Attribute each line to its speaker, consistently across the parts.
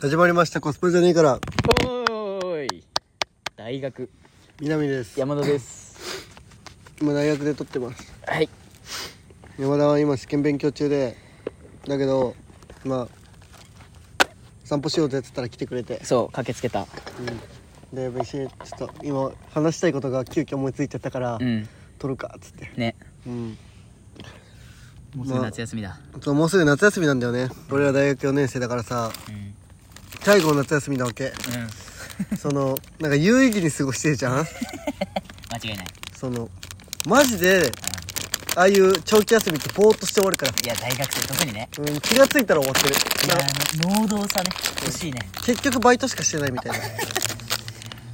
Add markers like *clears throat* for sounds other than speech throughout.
Speaker 1: 始まりましたコスプレじゃねえから
Speaker 2: おーい大学
Speaker 1: 南です
Speaker 2: 山田です
Speaker 1: 今大学で撮ってます
Speaker 2: はい
Speaker 1: 山田は今試験勉強中でだけどまあ散歩しようぜっつったら来てくれて
Speaker 2: そう駆けつけた
Speaker 1: で別にちょっと今話したいことが急遽思いついちゃったから、
Speaker 2: うん
Speaker 1: 撮るかっつって
Speaker 2: ね
Speaker 1: うん
Speaker 2: も
Speaker 1: うすぐ夏
Speaker 2: 休みだ、
Speaker 1: そうもうすぐ夏休みなんだよね俺ら大学4年生だからさ
Speaker 2: うん
Speaker 1: 最後の夏休みなわけそのなんか有意義に過ごしてるじゃん
Speaker 2: 間違いない
Speaker 1: そのマジでああいう長期休みってぼーっとして終わるから
Speaker 2: いや大学生特にね
Speaker 1: うん、気がついたら終わってる
Speaker 2: いや
Speaker 1: な
Speaker 2: あの能動さね欲しいね
Speaker 1: 結局バイトしかしてないみたいな、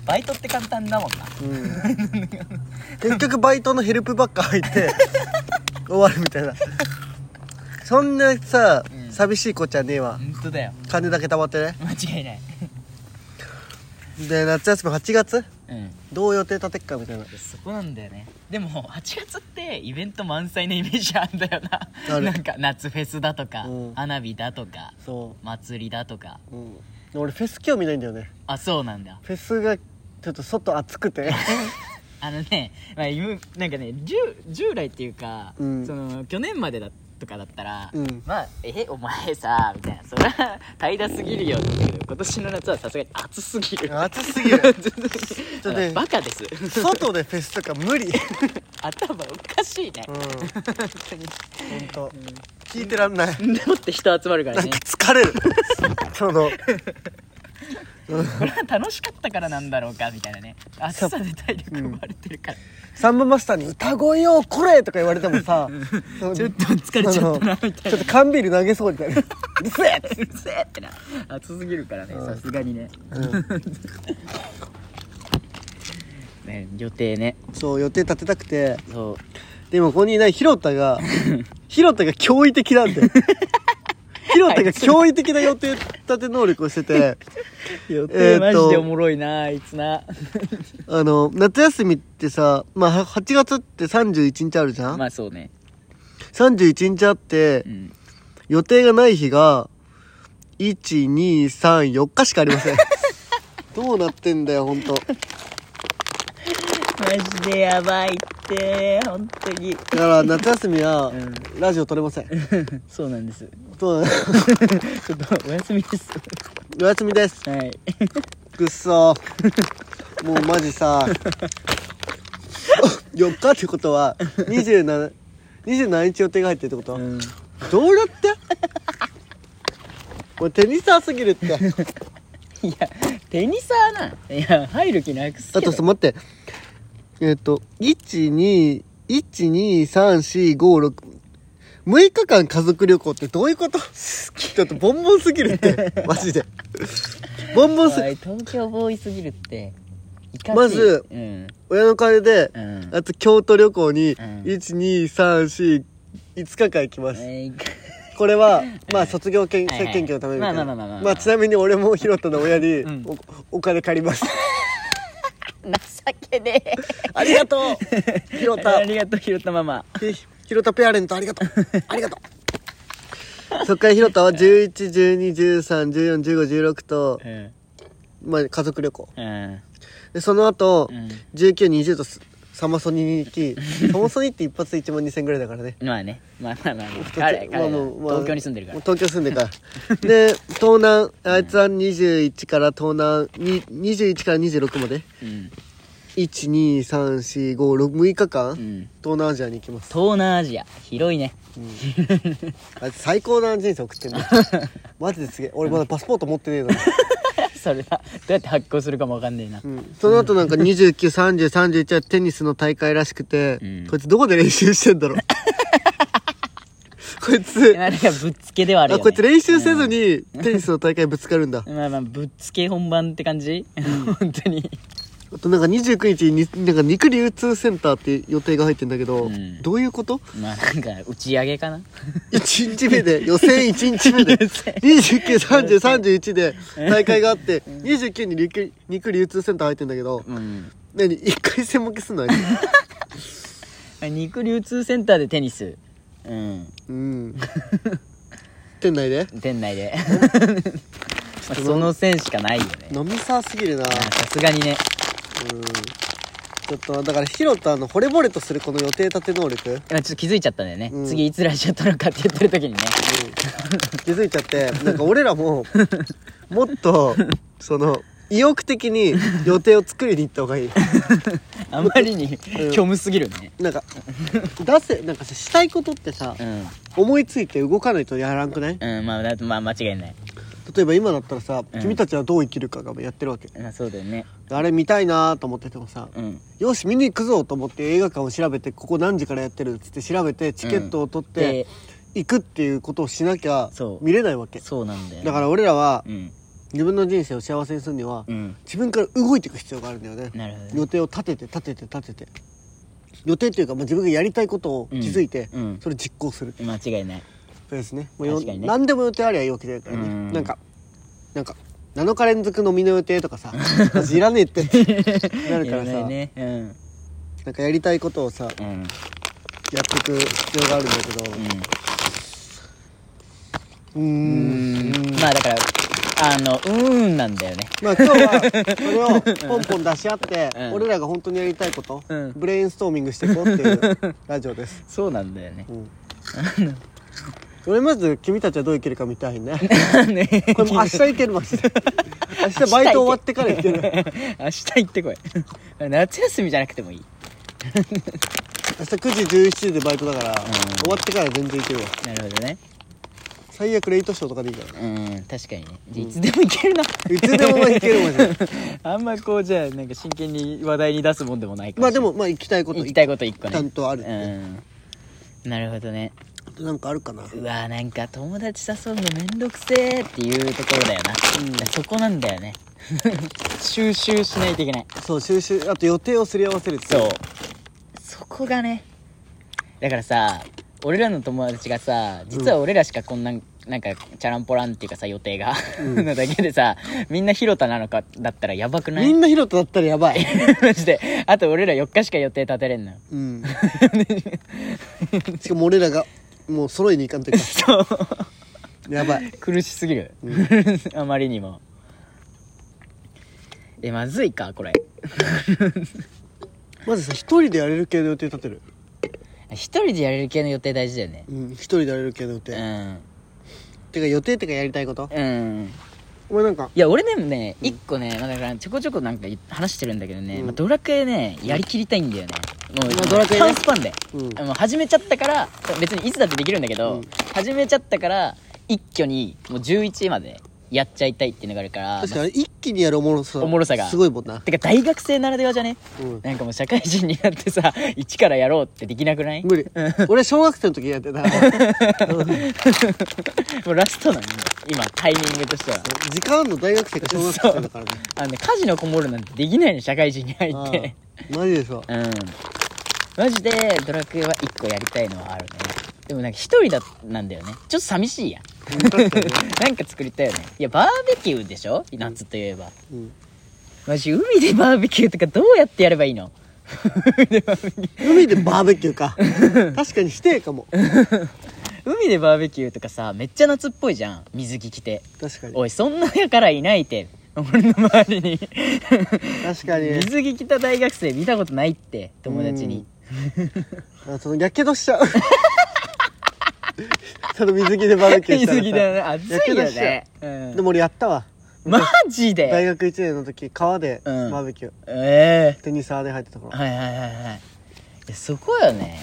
Speaker 2: バイトって簡単だもんな
Speaker 1: うん、結局バイトのヘルプばっか入 *laughs* って終わるみたいなそんなさ、
Speaker 2: うん
Speaker 1: 寂しい子ちゃねえわ
Speaker 2: 本当だよ
Speaker 1: 金だけ貯まってね
Speaker 2: 間違いない
Speaker 1: で夏休み8月
Speaker 2: うん
Speaker 1: どう予定立てっかみたいな
Speaker 2: そこなんだよねでも8月ってイベント満載なイメージあんだよ
Speaker 1: あ
Speaker 2: な
Speaker 1: る
Speaker 2: なんか夏フェスだとか、
Speaker 1: うん
Speaker 2: 花火だとか
Speaker 1: そ
Speaker 2: 祭りだとか
Speaker 1: う、うん、で俺フェス興味ないんだよね
Speaker 2: あそうなんだ
Speaker 1: フェスがちょっと外暑く *laughs* て
Speaker 2: あのね、まあ、今なんかね従従来っていうか、
Speaker 1: うん
Speaker 2: その去年までだとかだったら、
Speaker 1: うん
Speaker 2: まあ「えお前さ」みたいな「そりゃ平らすぎるよ」って言うけど今年の夏はさすがに暑すぎる
Speaker 1: 暑す
Speaker 2: *laughs*
Speaker 1: ぎる
Speaker 2: ち
Speaker 1: ょ
Speaker 2: ょっ
Speaker 1: っ
Speaker 2: と
Speaker 1: と
Speaker 2: ね
Speaker 1: ね
Speaker 2: バカです
Speaker 1: 外でフェスとか無理
Speaker 2: 頭おかしいね、
Speaker 1: うん
Speaker 2: 本
Speaker 1: 本
Speaker 2: 当に
Speaker 1: 当、聞いてらんない
Speaker 2: でもって人集まるから
Speaker 1: なん
Speaker 2: ね
Speaker 1: か疲 *laughs* れるその
Speaker 2: これは楽しかったからなんだろうかみたいなね暑さで体力奪われてるから、
Speaker 1: サンボマスターに「歌声よこれ!」とか言われてもさ
Speaker 2: *laughs* ちょっと疲れちゃったな
Speaker 1: あの
Speaker 2: みたい
Speaker 1: ちょっと缶ビール投げそうみたいなうるせえ
Speaker 2: なうるせえってな暑すぎるからねさすがにね *laughs* ね予定ね
Speaker 1: そう予定立てたくて
Speaker 2: そう
Speaker 1: で今ここにいない広田が
Speaker 2: *laughs*
Speaker 1: 広田が驚異的なんだよ広田が驚異的な予定立て能力をしてて
Speaker 2: 予
Speaker 1: えー
Speaker 2: 定マ
Speaker 1: っと
Speaker 2: ジでおもろいなあいつな
Speaker 1: あの夏休みってさ、まあ、は8月って31日あるじゃん、
Speaker 2: まあそうね
Speaker 1: 31日あって
Speaker 2: うん
Speaker 1: 予定がない日が1234日しかありま
Speaker 2: *laughs*
Speaker 1: せんどうなってんだよ本当だか
Speaker 2: マジでやばいって本当に
Speaker 1: ら夏休みは
Speaker 2: ん
Speaker 1: ラジオ撮れません、
Speaker 2: そうな
Speaker 1: *laughs*
Speaker 2: んです
Speaker 1: そうだね
Speaker 2: ちょっとお休みです
Speaker 1: お休みです
Speaker 2: はい
Speaker 1: くっ
Speaker 2: *laughs*
Speaker 1: そーもうマジさ *laughs* 4日ってことは27 27日予定が入ってるってこと、
Speaker 2: うん
Speaker 1: どうなってもうテニサーすぎるって
Speaker 2: いやテニサーなんいや入る気なくす
Speaker 1: あ
Speaker 2: けど
Speaker 1: とさ待ってえっ、と121234566 6日間家族旅行ってどういうことちょっとボンボンすぎるってマジ
Speaker 2: *laughs*
Speaker 1: でボンボンす
Speaker 2: おい東京ボーイすぎるっていかつい
Speaker 1: まず
Speaker 2: うん
Speaker 1: 親の金で
Speaker 2: う、ん
Speaker 1: あと京都旅行に
Speaker 2: ん
Speaker 1: 12345日間行きます
Speaker 2: えー
Speaker 1: これ
Speaker 2: *laughs*
Speaker 1: はまあ卒業研
Speaker 2: はいはい
Speaker 1: 再研究のためみたいな
Speaker 2: まあまあまあまあまあ
Speaker 1: まあちなみに俺もひろたの親に
Speaker 2: ん
Speaker 1: おお金借ります
Speaker 2: *laughs* 情けね *laughs* え
Speaker 1: ありがと *laughs* うひろた
Speaker 2: ありがとうひろたママ
Speaker 1: ひひろたペアレントありがとうありがとうそっからひろたは111213141516と、
Speaker 2: うん
Speaker 1: まあ、家族旅行
Speaker 2: うん
Speaker 1: でその後、
Speaker 2: うん
Speaker 1: 1920とすサマソニに行
Speaker 2: *laughs*
Speaker 1: きサマソニって一発で1万2000ぐらいだからね
Speaker 2: まあねまあまあまあまあ彼彼は東京に住んでるから
Speaker 1: もう東京住んでるからで東南あいつは21から東南に21から26まで
Speaker 2: うん
Speaker 1: 1234566日間、
Speaker 2: うん
Speaker 1: 東南アジアに行きます
Speaker 2: 東南アジア広いね *laughs*
Speaker 1: あいつ最高な人生送ってんだマジですげえ俺まだパスポート持ってねえのに、
Speaker 2: それなどうやって発行するかもわかんねえな、
Speaker 1: うんその後なんか293031はテニスの大会らしくて、
Speaker 2: うん
Speaker 1: こいつどこで練習してんだろうこいつ
Speaker 2: なんかぶっつけではあ
Speaker 1: あ
Speaker 2: るよ、ね、
Speaker 1: こいつ練習せずにテニスの大会ぶつかるんだ
Speaker 2: まあまあぶっつけ本番って感じ、 *laughs* 本当に
Speaker 1: あとなんか29日になんか肉流通センターって予定が入ってんだけど、
Speaker 2: うん
Speaker 1: どういうこと
Speaker 2: まあなんか打ち上げかな
Speaker 1: 1日目
Speaker 2: *laughs*
Speaker 1: で予選1日目で293031で大会があって29に肉肉流通センター入ってんだけど
Speaker 2: うん
Speaker 1: 何一回戦負けすんのあ
Speaker 2: *laughs*
Speaker 1: い
Speaker 2: 肉流通センターでテニスうん
Speaker 1: つうん店内で
Speaker 2: *laughs* 店内で
Speaker 1: ちょっ
Speaker 2: まあその線しかないよね
Speaker 1: 飲みさすぎるな
Speaker 2: あさすがにね
Speaker 1: うんちょっとだからヒロとあの惚れ惚れとするこの予定立て能力、うん、
Speaker 2: 今ちょっと気づいちゃったんだよね、
Speaker 1: うん
Speaker 2: 次いつラジオ撮るかって言ってる時
Speaker 1: *laughs*
Speaker 2: にね
Speaker 1: 気づいちゃってなんか俺ら
Speaker 2: *laughs*
Speaker 1: ももっとその意欲的に予定を作りに行った方がいい
Speaker 2: あまりに
Speaker 1: うん
Speaker 2: 虚無すぎるね
Speaker 1: なんか出せなんかさしたいことってさ
Speaker 2: うん
Speaker 1: 思いついて動かないとやらんくない
Speaker 2: うんまあだまあ間違いない、
Speaker 1: 例えば今だったらさ、
Speaker 2: うん
Speaker 1: 君たちはどう生きるかがやってるわけ
Speaker 2: まあ、そうだよね
Speaker 1: あれ見たいなと思っててもさ、
Speaker 2: うん
Speaker 1: よし見に行くぞと思って映画館を調べてここ何時からやってるっつって調べてチケットを取って
Speaker 2: で
Speaker 1: 行くっていうことをしなきゃ
Speaker 2: そう
Speaker 1: 見れないわけ
Speaker 2: そうなんだよ
Speaker 1: だから俺らは
Speaker 2: うん
Speaker 1: 自分の人生を幸せにするには
Speaker 2: うん
Speaker 1: 自分から動いていく必要があるんだよね
Speaker 2: なるほどね
Speaker 1: 予定を立てて立てて立てて予定っていうか、まあ、自分がやりたいことを気づいて、
Speaker 2: うんうん
Speaker 1: それ実行する
Speaker 2: 間違いない
Speaker 1: そうですねもうよ
Speaker 2: 確かにね
Speaker 1: 何でも予定ありゃいいわけだからね、
Speaker 2: うん
Speaker 1: なんかなんか7日連続飲みの予定とかさ私いらねえってなるから
Speaker 2: いら
Speaker 1: さ
Speaker 2: ないねうん
Speaker 1: なんかやりたいことをさ
Speaker 2: うん
Speaker 1: やっていく必要があるんだけどうー
Speaker 2: うんんまあだからあのうーんなんだよね
Speaker 1: まあ今日はそれをポンポン出し合って、
Speaker 2: うん
Speaker 1: 俺らが本当にやりたいこと、
Speaker 2: うん
Speaker 1: ブレインストーミングしていこうっていうラジオ
Speaker 2: *laughs*
Speaker 1: です、
Speaker 2: そうなんだよね
Speaker 1: うん、俺まず君たちはどう生きるか見たいね
Speaker 2: *laughs* ね
Speaker 1: *laughs* これも明日行けるマジで明日バイト終わってから行ける
Speaker 2: 明日行ってこい *laughs* 夏休みじゃなくてもいい
Speaker 1: 明日9時17時でバイトだから、終わってから全然行けるわ
Speaker 2: なるほどね
Speaker 1: 最悪レイトショーとかでいいから
Speaker 2: うん確かにねじゃあいつでも行けるな
Speaker 1: いつでも行けるマジ
Speaker 2: *laughs*
Speaker 1: で
Speaker 2: あんまこうじゃあなんか真剣に話題に出すもんでもないか
Speaker 1: ま
Speaker 2: ら
Speaker 1: あでもまあ行きたいこと
Speaker 2: 行きたいこと一個ね
Speaker 1: ちゃんとある
Speaker 2: うんなるほどね
Speaker 1: あとなんかあるかな
Speaker 2: うわーなんか友達誘うのめんどくせえっていうところだよな、
Speaker 1: うん
Speaker 2: そこなんだよね *laughs* 収集しないといけない
Speaker 1: そう収集あと予定をすり合わせるってい
Speaker 2: そうそこがねだからさ俺らの友達がさ実は俺らしかこんな、なんかチャランポランっていうかさ予定が、 *laughs* のだけでさみんな広田なのかだったらやばくな
Speaker 1: み
Speaker 2: い
Speaker 1: んなヒロトだったらやばい
Speaker 2: *laughs* マジであと俺ら4日しか予定立てれんのよ
Speaker 1: うんしかも俺らがもう揃いに行かんといか
Speaker 2: そう
Speaker 1: らやばい
Speaker 2: 苦しすぎる、 *laughs* あまりにもえまずいかこれ
Speaker 1: まずさ一人でやれる系の予定立てる
Speaker 2: 一人でやれる系の予定大事だよね
Speaker 1: うん一人でやれる系の予定、
Speaker 2: うん
Speaker 1: てか予定ってかやりたいこと
Speaker 2: うん
Speaker 1: お前なんか
Speaker 2: いや俺でもね一個ね、まあ、だからちょこちょこなんか話してるんだけどね、
Speaker 1: うん
Speaker 2: まあ、ドラクエねやりきりたいんだよねもう
Speaker 1: まあドラクエね
Speaker 2: 短スパンで、
Speaker 1: うん
Speaker 2: もう始めちゃったから別にいつだってできるんだけど、
Speaker 1: うん
Speaker 2: 始めちゃったから一挙にもう11までやっちゃいたいっていうのがあるから
Speaker 1: 確
Speaker 2: ま
Speaker 1: かに一気にやるおもろさ
Speaker 2: おもろさが
Speaker 1: すごいもんな
Speaker 2: あてか大学生ならではじゃね
Speaker 1: うん
Speaker 2: なんかもう社会人になってさ *laughs* 一からやろうってできなくない
Speaker 1: 無
Speaker 2: *laughs*
Speaker 1: 理俺小学生の時やってた時
Speaker 2: もうラストなんだ今タイミングとしては
Speaker 1: 間あんの大学生か小学生だからね
Speaker 2: あのね家事のこもるなんてできないの社会人に入って *laughs*
Speaker 1: うんマジでそう
Speaker 2: うんマジでドラクエは1個やりたいのはあるねでもなんか1人だなんだよねちょっと寂しいやん
Speaker 1: 確かにね
Speaker 2: なんか作りたいよねいやバーベキューでしょ夏といえば
Speaker 1: うん
Speaker 2: マジ海でバーベキューとかどうやってやればいいの *laughs* 海でバーベキュー
Speaker 1: 海でバーベキューか確かに否定かも
Speaker 2: 海でバーベキューとかさめっちゃ夏っぽいじゃん水着着て
Speaker 1: 確かに
Speaker 2: おいそんなやからいないって俺の周りに
Speaker 1: 確かに
Speaker 2: 水着着た大学生見たことないって友達に
Speaker 1: あそのやけどしちゃう *laughs* その水着でバーベキュー
Speaker 2: 水
Speaker 1: したらさ
Speaker 2: 着だね暑いよ
Speaker 1: やけどしちゃ
Speaker 2: ね、うん
Speaker 1: でも俺やったわ
Speaker 2: マジ
Speaker 1: 大
Speaker 2: で
Speaker 1: 学1年の時川で
Speaker 2: う
Speaker 1: バ
Speaker 2: ん
Speaker 1: ーベキュー、
Speaker 2: え
Speaker 1: テニサーで入ってたか
Speaker 2: え
Speaker 1: ら
Speaker 2: はいはいはいはいいやそこよね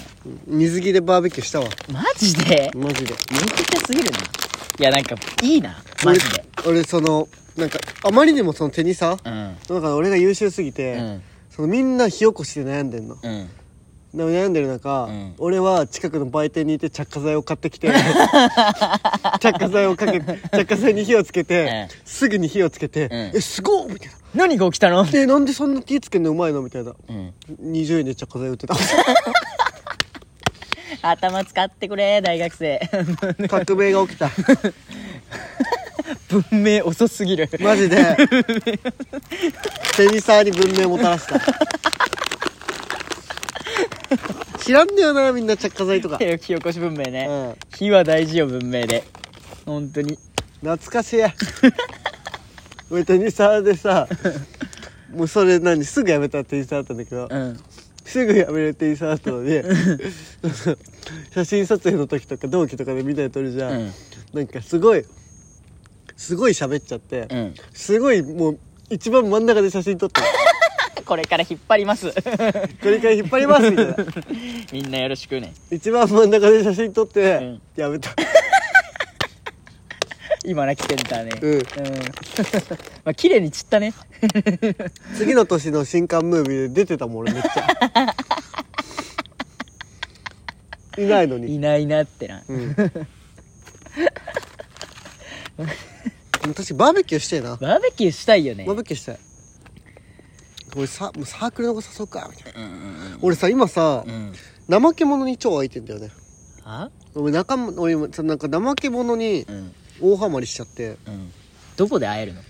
Speaker 1: 水着でバーベキューしたわ
Speaker 2: マジで
Speaker 1: マジで
Speaker 2: めちゃくちゃすぎるないやなんかいいなマジで
Speaker 1: 俺俺そのなんかあまりにもそのテニサー
Speaker 2: うん
Speaker 1: だから俺が優秀すぎて、
Speaker 2: うん
Speaker 1: そのみんな火起こしで悩んでんの
Speaker 2: うん
Speaker 1: でも悩んでる中、
Speaker 2: うん
Speaker 1: 俺は近くの売店にいて着火剤を買って
Speaker 2: *laughs*
Speaker 1: きて着火剤をかけて着火剤に火をつけて、
Speaker 2: う
Speaker 1: すぐに火をつけて「
Speaker 2: うん
Speaker 1: えすごっ!」みたいな
Speaker 2: 何が起きたの
Speaker 1: 「でなんでそんな火つけんのうまいの?」みたいな
Speaker 2: うん
Speaker 1: 20円で着火剤売
Speaker 2: *laughs*
Speaker 1: ってた
Speaker 2: 頭使ってくれ大学生 *laughs*
Speaker 1: 革命が起きた
Speaker 2: 文明遅すぎる
Speaker 1: マジでテニサーに文明もたらした知らんだよなみんな着火剤と
Speaker 2: *laughs*
Speaker 1: か、
Speaker 2: 火起こし文明ね、
Speaker 1: うん
Speaker 2: 火は大事よ文明で本当に
Speaker 1: 懐かしい俺テニサーでさもうそれ何すぐやめたテニサーだったんだけど、
Speaker 2: うん
Speaker 1: すぐやめるテニサーだったので写真撮影の時とか同期とかでみんなで撮るじゃん、
Speaker 2: うん
Speaker 1: なんかすごいすごい喋っちゃって、
Speaker 2: うん
Speaker 1: すごいもう一番真ん中で写真撮って「
Speaker 2: *laughs* これから引っ張ります
Speaker 1: これから引っ張ります」みたいな
Speaker 2: *laughs* みんなよろしくね
Speaker 1: 一番真ん中で写真撮って、
Speaker 2: うん
Speaker 1: やめた
Speaker 2: 今なきてんだね
Speaker 1: うん
Speaker 2: うん *laughs* まあ綺麗に散 *laughs* ったね
Speaker 1: 次の年の新刊ムービーで出てたもん俺めっちゃ *laughs* いないの
Speaker 2: い
Speaker 1: に
Speaker 2: ないなってな
Speaker 1: うん私バーベキューしてえな
Speaker 2: バーベキューしたいよね
Speaker 1: バーベキューしたい俺さもうサークルの子誘うかみたいな、俺さ今さ、
Speaker 2: うん
Speaker 1: 怠け者に超空いてんだよね
Speaker 2: あ
Speaker 1: 俺仲間俺今さなんか怠け者に
Speaker 2: うん
Speaker 1: 大ハマりしちゃって
Speaker 2: うんどこで会えるの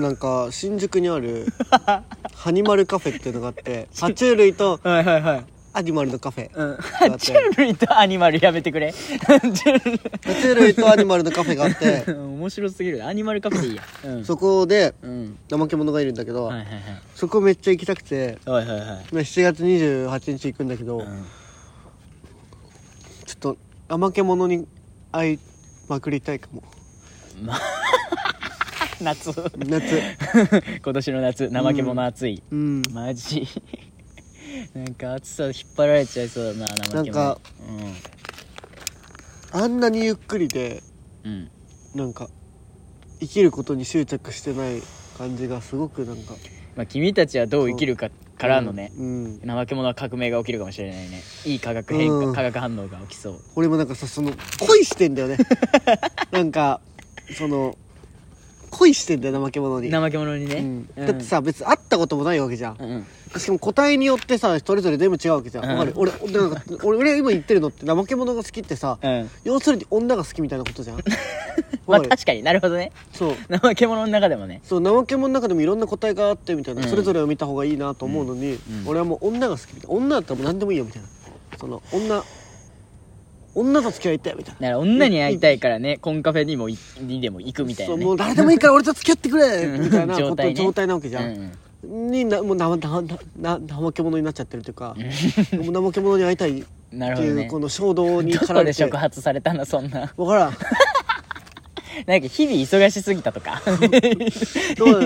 Speaker 1: なんか新宿にあるハニマルカフェっていうのがあって爬虫類と
Speaker 2: はいはいはい
Speaker 1: アニマルのカフェ
Speaker 2: うん、 *laughs* 爬虫類とアニマルやめてくれ
Speaker 1: 爬虫類とアニマルのカフェがあって
Speaker 2: *laughs* 面白すぎるアニマルカフェでいいやうん
Speaker 1: そこで
Speaker 2: うん
Speaker 1: 怠け者がいるんだけど、
Speaker 2: はいはいはい
Speaker 1: そこめっちゃ行きたくて
Speaker 2: はいはいはい
Speaker 1: 今7月28日行くんだけど、
Speaker 2: うん
Speaker 1: ちょっと怠け者に会いまくりたいかも
Speaker 2: *laughs* 夏 *laughs*
Speaker 1: 夏
Speaker 2: 今年の夏怠け者暑い、
Speaker 1: うん
Speaker 2: マジ *laughs* なんか暑さ引っ張られちゃいそうだな怠け
Speaker 1: な
Speaker 2: 者
Speaker 1: んかあんなにゆっくりで
Speaker 2: うん、うん、
Speaker 1: なんか生きることに執着してない感じがすごくなんか
Speaker 2: まあ君たちはどう生きるかからのね、
Speaker 1: うん、うん
Speaker 2: 怠け者は革命が起きるかもしれないねいい化学変化、
Speaker 1: うん
Speaker 2: 化学反応が起きそう
Speaker 1: 俺もなんかさその恋してんだよ
Speaker 2: *laughs*
Speaker 1: ねなんかその恋してんだよ怠け者に、
Speaker 2: 怠け者にね、
Speaker 1: うん、
Speaker 2: う
Speaker 1: だ
Speaker 2: ん
Speaker 1: ってさ別に会ったこともないわけじゃん
Speaker 2: う、ん
Speaker 1: しかも個体によってさそれぞれ全部違うわけじゃん、
Speaker 2: うん
Speaker 1: わかる俺俺なんか俺俺が今言ってるのって怠け者が好きってさ、
Speaker 2: うん
Speaker 1: 要するに女が好きみたいなことじゃん
Speaker 2: *laughs* まあ
Speaker 1: わかる
Speaker 2: 確かになるほどね
Speaker 1: そう
Speaker 2: 怠け者の中でもね
Speaker 1: そう怠け者の中でもいろんな個体があってみたいな、
Speaker 2: うん
Speaker 1: それぞれを見た方がいいなと思うのに、
Speaker 2: うん
Speaker 1: 俺はもう女が好きみたいな女だったらもう何でもいいよみたいなその女女と付き合いたいみたいな
Speaker 2: だから女に会いたいからねコンカフェにもいにでも行くみたいな
Speaker 1: そう
Speaker 2: ね
Speaker 1: もう誰でもいいから俺と付き合ってくれ
Speaker 2: うん
Speaker 1: みたいなこ
Speaker 2: 状
Speaker 1: と
Speaker 2: 態ね
Speaker 1: 状態なわけじ
Speaker 2: う
Speaker 1: ゃん、
Speaker 2: ん
Speaker 1: になもうなななな怠け者になっちゃってるというかもう怠け者に会いたいって
Speaker 2: うん、なるほ
Speaker 1: い
Speaker 2: ど
Speaker 1: う、
Speaker 2: ね
Speaker 1: この衝動に
Speaker 2: ど
Speaker 1: 駆
Speaker 2: こ
Speaker 1: られ
Speaker 2: で
Speaker 1: て
Speaker 2: 触発されたのそんな
Speaker 1: わからん
Speaker 2: *laughs* なんか日々忙しすぎた
Speaker 1: *laughs*
Speaker 2: とか
Speaker 1: どうなの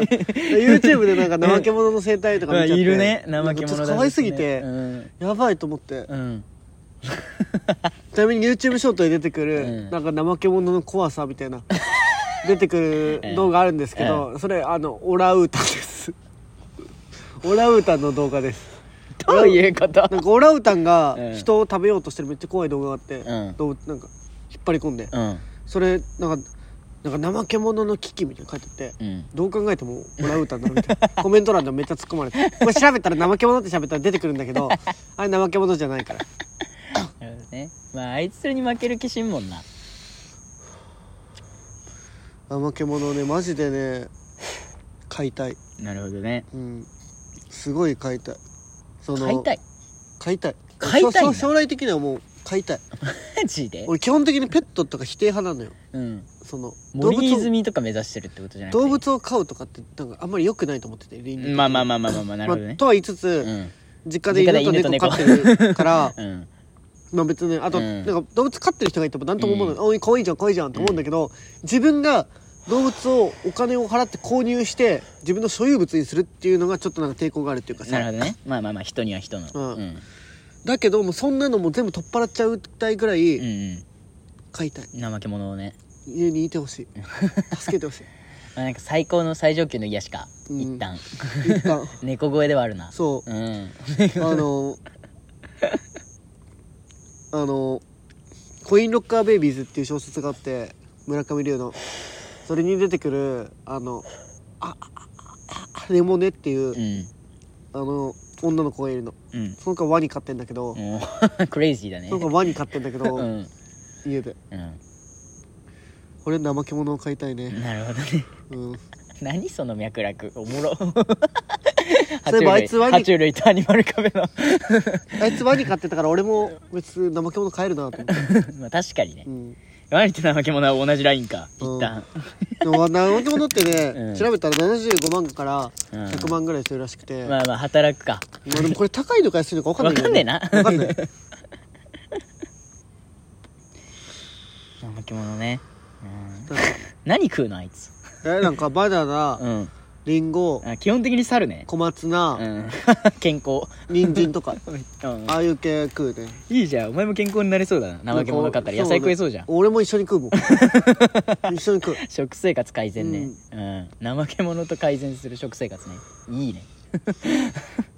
Speaker 1: YouTube でなんか怠け者の生態とか見ちゃって
Speaker 2: いるね怠け
Speaker 1: なんかちょっ
Speaker 2: 者
Speaker 1: と
Speaker 2: だ
Speaker 1: 可愛すぎて、
Speaker 2: うん
Speaker 1: やばいと思って
Speaker 2: うん
Speaker 1: ちなみに YouTube ショートで出てくる、
Speaker 2: うん
Speaker 1: なんか怠け者の怖さみたい
Speaker 2: *laughs*
Speaker 1: な出てくる動画あるんですけど、それあのオランウータンです *laughs* オランウータンの動画です
Speaker 2: どういうこと
Speaker 1: *laughs* なんかオランウータンが
Speaker 2: うん
Speaker 1: 人を食べようとしてるめっちゃ怖い動画があって、
Speaker 2: うん
Speaker 1: 動物なんか引っ張り込んで、
Speaker 2: うん
Speaker 1: それなんかなんか怠け者の危機みたいなの書いてあって、
Speaker 2: うん
Speaker 1: どう考えてもオランウータンだろみたいな *laughs* コメント欄でもめっちゃ突っ込まれてこれ調べたら怠け者って喋ったら出てくるんだけ
Speaker 2: *laughs*
Speaker 1: どあれ怠け者じゃないから
Speaker 2: なるほどねまああいつに負ける気しんもんな
Speaker 1: 怠け者をねマジでね買いたい
Speaker 2: なるほどね
Speaker 1: うんすごい買いたいそ
Speaker 2: 買いたい *laughs*
Speaker 1: 買いたい
Speaker 2: 買いたいんだ
Speaker 1: 将将来的にはもう買いたい
Speaker 2: マジで
Speaker 1: 俺基本的にペットとか否定派なのよ
Speaker 2: うん
Speaker 1: その動
Speaker 2: 森
Speaker 1: 物を
Speaker 2: 泉とか目指してるってことじゃなくて
Speaker 1: 動物を飼うとかってなんかあんまり良くないと思ってて倫理的に
Speaker 2: まあまあまあまあまあまあなるほどね
Speaker 1: とは言いつつ、
Speaker 2: うん
Speaker 1: 実家で犬と
Speaker 2: 実家で犬と
Speaker 1: 猫
Speaker 2: 猫
Speaker 1: 飼ってるから
Speaker 2: うん
Speaker 1: *laughs* まあ別にあと、
Speaker 2: うん
Speaker 1: なんか動物飼ってる人がいても何とも思うの、
Speaker 2: う
Speaker 1: おい可愛いじゃん可愛いじゃんと思うんだけど、自分が動物をお金を払って購入して自分の所有物にするっていうのがちょっとなんか抵抗があるっていうか
Speaker 2: なるほ
Speaker 1: さ
Speaker 2: どねまあまあまあ人には人の
Speaker 1: うん
Speaker 2: うん
Speaker 1: だけどもうそんなのも全部取っ払っちゃうたいぐらい
Speaker 2: うん
Speaker 1: 飼いたい
Speaker 2: うん怠け者をね
Speaker 1: 家にいてほしい助けてほしい
Speaker 2: *laughs* まあなんか最高の最上級の癒しか、
Speaker 1: うん
Speaker 2: 一旦 *laughs*
Speaker 1: 一旦
Speaker 2: 猫声ではあるな、
Speaker 1: そう
Speaker 2: ん、
Speaker 1: うあのあのコインロッカーベイビーズっていう小説があって村上龍のそれに出てくるあのああああレモネっていう、
Speaker 2: うん
Speaker 1: あの女の子がいるの
Speaker 2: うん
Speaker 1: その子はワニ飼ってんだけど、
Speaker 2: もう *laughs* クレイジーだね
Speaker 1: その子はワニ飼ってんだけど、
Speaker 2: うん、
Speaker 1: 家で
Speaker 2: う
Speaker 1: 俺怠け者を飼いたい
Speaker 2: ん、
Speaker 1: ね、
Speaker 2: なるほどね *laughs*
Speaker 1: うん、
Speaker 2: 何その脈絡おも *laughs* ろ
Speaker 1: そういえばあいつワニ
Speaker 2: 爬虫類とアニマルカフェの
Speaker 1: あいつワニ飼ってたから俺も別に怠け者飼えるなと思って、
Speaker 2: *laughs* まあ確かにね、
Speaker 1: うん、
Speaker 2: マリと怠け者は同じラインか一旦、
Speaker 1: でもなけ者ってね、
Speaker 2: うん
Speaker 1: 調べたら75万から
Speaker 2: うん
Speaker 1: 100万ぐらいするらしくて、
Speaker 2: まあまあ働くか
Speaker 1: まあでもこれ高いのか安いのか分かんないよね
Speaker 2: わかんねえな
Speaker 1: わかん
Speaker 2: *laughs*
Speaker 1: ない
Speaker 2: 怠け者ね、うん、
Speaker 1: なんか
Speaker 2: 何食うのあいつ
Speaker 1: えなんかバナナ、
Speaker 2: うん
Speaker 1: リンゴ
Speaker 2: あ基本的に猿ね
Speaker 1: 小松
Speaker 2: う
Speaker 1: 菜、
Speaker 2: ん *laughs* 健康
Speaker 1: 人参とか
Speaker 2: うん
Speaker 1: ああいう系食うね
Speaker 2: いいじゃんお前も健康になれそうだな怠け者だったら野菜食えそうじゃん
Speaker 1: 俺も一緒に食う
Speaker 2: *laughs*
Speaker 1: もん一緒に食う
Speaker 2: 食生活改善ねうん、怠け者と改善する食生活ねいいね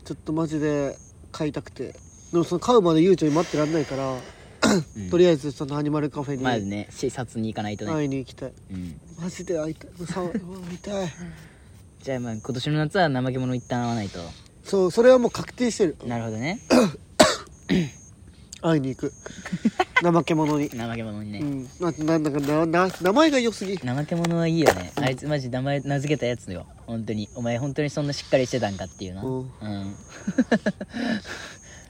Speaker 1: ちょっとマジで買いたくてでもその買うまで悠長に待ってらんないから、*coughs*
Speaker 2: ん
Speaker 1: とりあえずそのアニマルカフェ
Speaker 2: まず
Speaker 1: に
Speaker 2: ね視察に行かないとね、
Speaker 1: 会いに行きたい
Speaker 2: うん、
Speaker 1: マジで会いたいもうさ会いたい
Speaker 2: じゃあまあ今年の夏は怠け者一旦会わないと
Speaker 1: そうそれはもう確定してる
Speaker 2: なるほど
Speaker 1: *laughs*
Speaker 2: ね
Speaker 1: 会いに行く怠け者に
Speaker 2: 怠け者 *laughs* にね、
Speaker 1: うんななんだかなな名前が良すぎ
Speaker 2: 怠け者はいいよねあいつマジ名前名付けたやつよ本当にお前本当にそんなしっかりしてたんかっていうな
Speaker 1: うん
Speaker 2: うん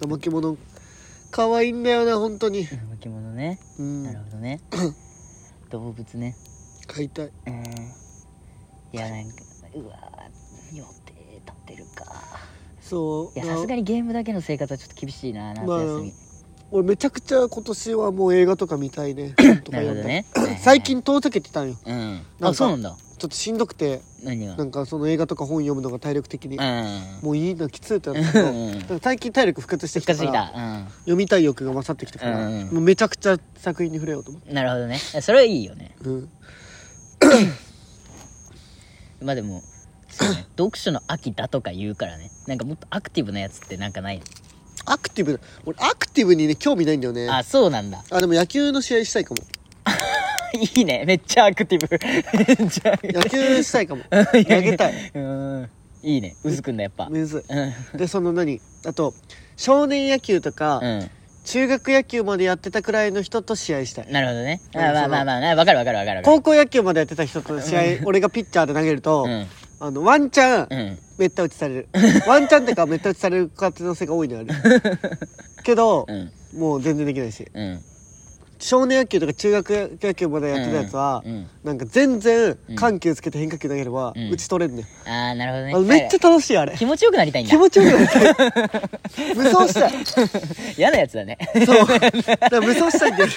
Speaker 1: 怠け者可愛いんだよな本当に
Speaker 2: 怠け者ね、
Speaker 1: うん
Speaker 2: なるほど
Speaker 1: *laughs*
Speaker 2: ね動物ね
Speaker 1: 買いたい
Speaker 2: うんいやなんかうわー予定立てるか
Speaker 1: そう
Speaker 2: いやさすがにゲームだけの生活はちょっと厳しいな夏
Speaker 1: まあ
Speaker 2: 休み、
Speaker 1: 俺めちゃくちゃ今年はもう映画とか見たいねと
Speaker 2: *laughs*
Speaker 1: か
Speaker 2: なる
Speaker 1: 読
Speaker 2: ほ
Speaker 1: ん
Speaker 2: ど
Speaker 1: だ
Speaker 2: ね
Speaker 1: *laughs* 最近遠ざけてたんよ
Speaker 2: うん
Speaker 1: か
Speaker 2: あそうなんだ
Speaker 1: ちょっとしんどくて
Speaker 2: 何が
Speaker 1: なんかその映画とか本読むのが体力的に
Speaker 2: う
Speaker 1: もういいなきついってなっ
Speaker 2: んう
Speaker 1: て
Speaker 2: んうん
Speaker 1: 最近体力復活してき
Speaker 2: 復活
Speaker 1: た
Speaker 2: し
Speaker 1: か
Speaker 2: て
Speaker 1: ら
Speaker 2: きたうん
Speaker 1: 読みたい欲が勝ってきたから
Speaker 2: うんうん
Speaker 1: もうめちゃくちゃ作品に触れようと思
Speaker 2: なるほどねそれはいいよね
Speaker 1: ううん
Speaker 2: まあでもそう
Speaker 1: *coughs*
Speaker 2: ね読書の秋だとか言うからねなんかもっとアクティブなやつってなんかない
Speaker 1: アクティブ俺アクティブにね興味ないんだよね
Speaker 2: あそうなんだ *laughs*
Speaker 1: あでも野球の試合したいかも
Speaker 2: いいねめっちゃアクテ
Speaker 1: *laughs*
Speaker 2: ィブめっちゃアクテ
Speaker 1: 野球した
Speaker 2: *laughs*
Speaker 1: いかも投
Speaker 2: ィブ
Speaker 1: げたい
Speaker 2: うんいいねうずくんだやっぱうん
Speaker 1: むずいでその何あと少年野球とか、
Speaker 2: うん
Speaker 1: 中学野球までやってたくらいの人と試合したい
Speaker 2: なるほどね
Speaker 1: うん
Speaker 2: まあまあ
Speaker 1: その
Speaker 2: まあまあわかるわかるわかるわかる
Speaker 1: 高校野球までやってた人と試合、俺がピッチャーで投げると、
Speaker 2: うん
Speaker 1: あのワンチャン、
Speaker 2: うん
Speaker 1: めった打ちされるワンチャンってかめった打ちされる可能性が多いのある
Speaker 2: *laughs*
Speaker 1: けど
Speaker 2: う、ん
Speaker 1: もう全然できないし
Speaker 2: うん
Speaker 1: 少年野球とか中学野球までやってたやつは、
Speaker 2: うん
Speaker 1: なんか全然緩急つけて変化球投げれば、
Speaker 2: うん
Speaker 1: 打ち取れんねん、
Speaker 2: ああなるほどね
Speaker 1: あのめっちゃ楽しいあれ
Speaker 2: 気持ちよくなりたいんだ
Speaker 1: 気持ちよくなりたい
Speaker 2: *laughs*
Speaker 1: 無双したい
Speaker 2: 嫌なやつだね *laughs*
Speaker 1: そうだから無双したいんだよね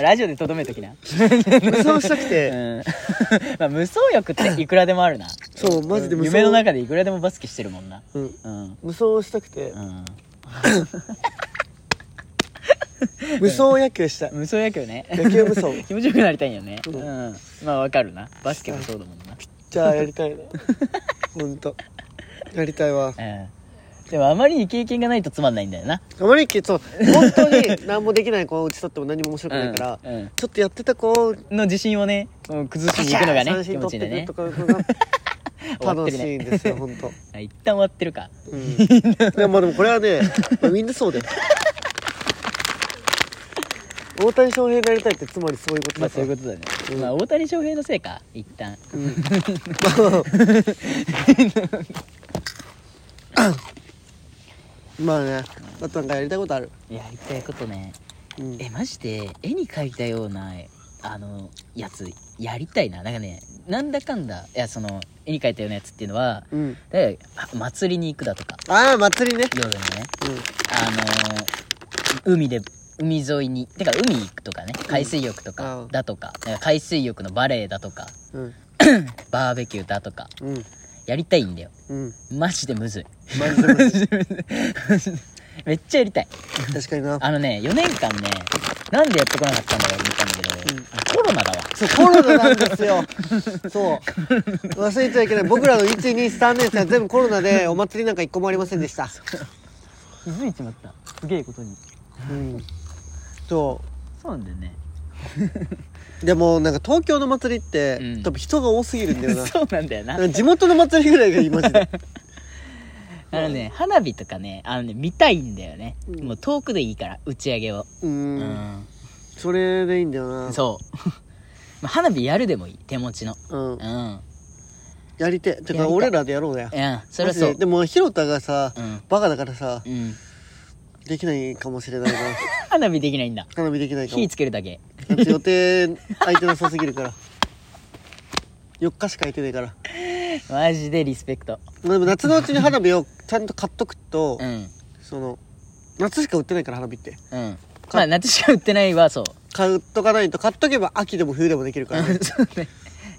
Speaker 2: ラジオでとどめときな
Speaker 1: 無双したくて、
Speaker 2: うん *laughs* まあ無双欲っていくらでもあるな
Speaker 1: そうマジで無双
Speaker 2: 夢の中でいくらでもバスケしてるもんな
Speaker 1: うん、
Speaker 2: うん
Speaker 1: 無双したくて、
Speaker 2: うん
Speaker 1: 無双野球したい
Speaker 2: 無双野球ね
Speaker 1: 野球無双ピッ
Speaker 2: *laughs* 気持ちよくなりたいんよね
Speaker 1: う
Speaker 2: うんんまあわかるなバスケもそうだもんな
Speaker 1: チャーやりたいなほんとやりたいわ
Speaker 2: うんでもあまりに経験がないとつまんないんだよな
Speaker 1: あまりきそう本当に何もできない子を打ち取っても何も面白くないから、
Speaker 2: うんうん
Speaker 1: ちょっとやってた子を
Speaker 2: の自信をねもう崩しに行くのがね
Speaker 1: 三
Speaker 2: 気
Speaker 1: 振取
Speaker 2: 持ちい
Speaker 1: っ
Speaker 2: い
Speaker 1: てく
Speaker 2: んだね
Speaker 1: とかが
Speaker 2: 終わっ
Speaker 1: 楽
Speaker 2: て
Speaker 1: し
Speaker 2: る
Speaker 1: い
Speaker 2: ね
Speaker 1: んですよ本当。
Speaker 2: あ一旦終わってるか *laughs*
Speaker 1: うん、でもまあでもこれはね、まあみんなそうだよ大谷翔平になりたいってつまりそういうこと
Speaker 2: まあ
Speaker 1: だか
Speaker 2: そう
Speaker 1: ら、
Speaker 2: いうことだねまあ大谷翔平のせいか一旦
Speaker 1: まあねあとなんかやりたいことある
Speaker 2: やりたいことね
Speaker 1: うん
Speaker 2: えマジで絵に描いたようなあのやつやりたいななんかねなんだかんだいやその絵に描いたようなやつっていうのは
Speaker 1: うん
Speaker 2: だからあ祭りに行くだとか
Speaker 1: ああ祭りね
Speaker 2: 夜のねあのー海で海沿いにてか海行くとかね海水浴と
Speaker 1: う
Speaker 2: か
Speaker 1: ん
Speaker 2: だとか,、なんか海水浴のバレエだとか
Speaker 1: うんうん
Speaker 2: バーベキューだとか
Speaker 1: うん
Speaker 2: やりたいんだよ
Speaker 1: うん
Speaker 2: マジでむずい
Speaker 1: マジで無理
Speaker 2: *laughs* めっちゃやりたい
Speaker 1: 確かにな
Speaker 2: あのね4年間ねなんでやってこなかったんだろうって言ったんだけ
Speaker 1: う
Speaker 2: ど、
Speaker 1: ん
Speaker 2: あコロナだわ
Speaker 1: そうコロナなんですよそう忘れちゃいけない僕らの123年生は全部コロナでお祭りなんか一個もありませんでした
Speaker 2: 気づいちまったすげえことに
Speaker 1: うんそ
Speaker 2: そうなんだよね
Speaker 1: うでもなんか東京の祭りって、
Speaker 2: うん
Speaker 1: 多分人が多すぎるん
Speaker 2: *laughs*
Speaker 1: だよな
Speaker 2: そうなんだよな
Speaker 1: なんか地元の祭りぐらいがいいマジで
Speaker 2: あのね花火とかねあのね見たいんだよね、
Speaker 1: うん
Speaker 2: もう遠くでいいから打ち上げを
Speaker 1: う
Speaker 2: うん
Speaker 1: それでいいんだよな
Speaker 2: そう *laughs* まあ花火やるでもいい手持ちの
Speaker 1: う、ん
Speaker 2: う、ん
Speaker 1: やりてえて
Speaker 2: やりた
Speaker 1: か
Speaker 2: い
Speaker 1: 俺らでやろうや
Speaker 2: うんそれはそ
Speaker 1: マジ
Speaker 2: う
Speaker 1: ででもひろたがさ、
Speaker 2: うん
Speaker 1: バカだからさ
Speaker 2: うん
Speaker 1: できないかもしれないな
Speaker 2: *laughs* 花火できないんだ
Speaker 1: 花火できないかも
Speaker 2: 火つけるだけ
Speaker 1: 夏予定空いてなさすぎるから4日しか空いてないから
Speaker 2: *laughs* マジでリスペクト
Speaker 1: まあでも夏のうちに花火をちゃんと買っとくと、
Speaker 2: うん
Speaker 1: その夏しか売ってないから花火って
Speaker 2: うんまあ夏しか売ってないはそう
Speaker 1: 買っとかないと買っとけば秋でも冬でもできるから、ね、
Speaker 2: *laughs* そうね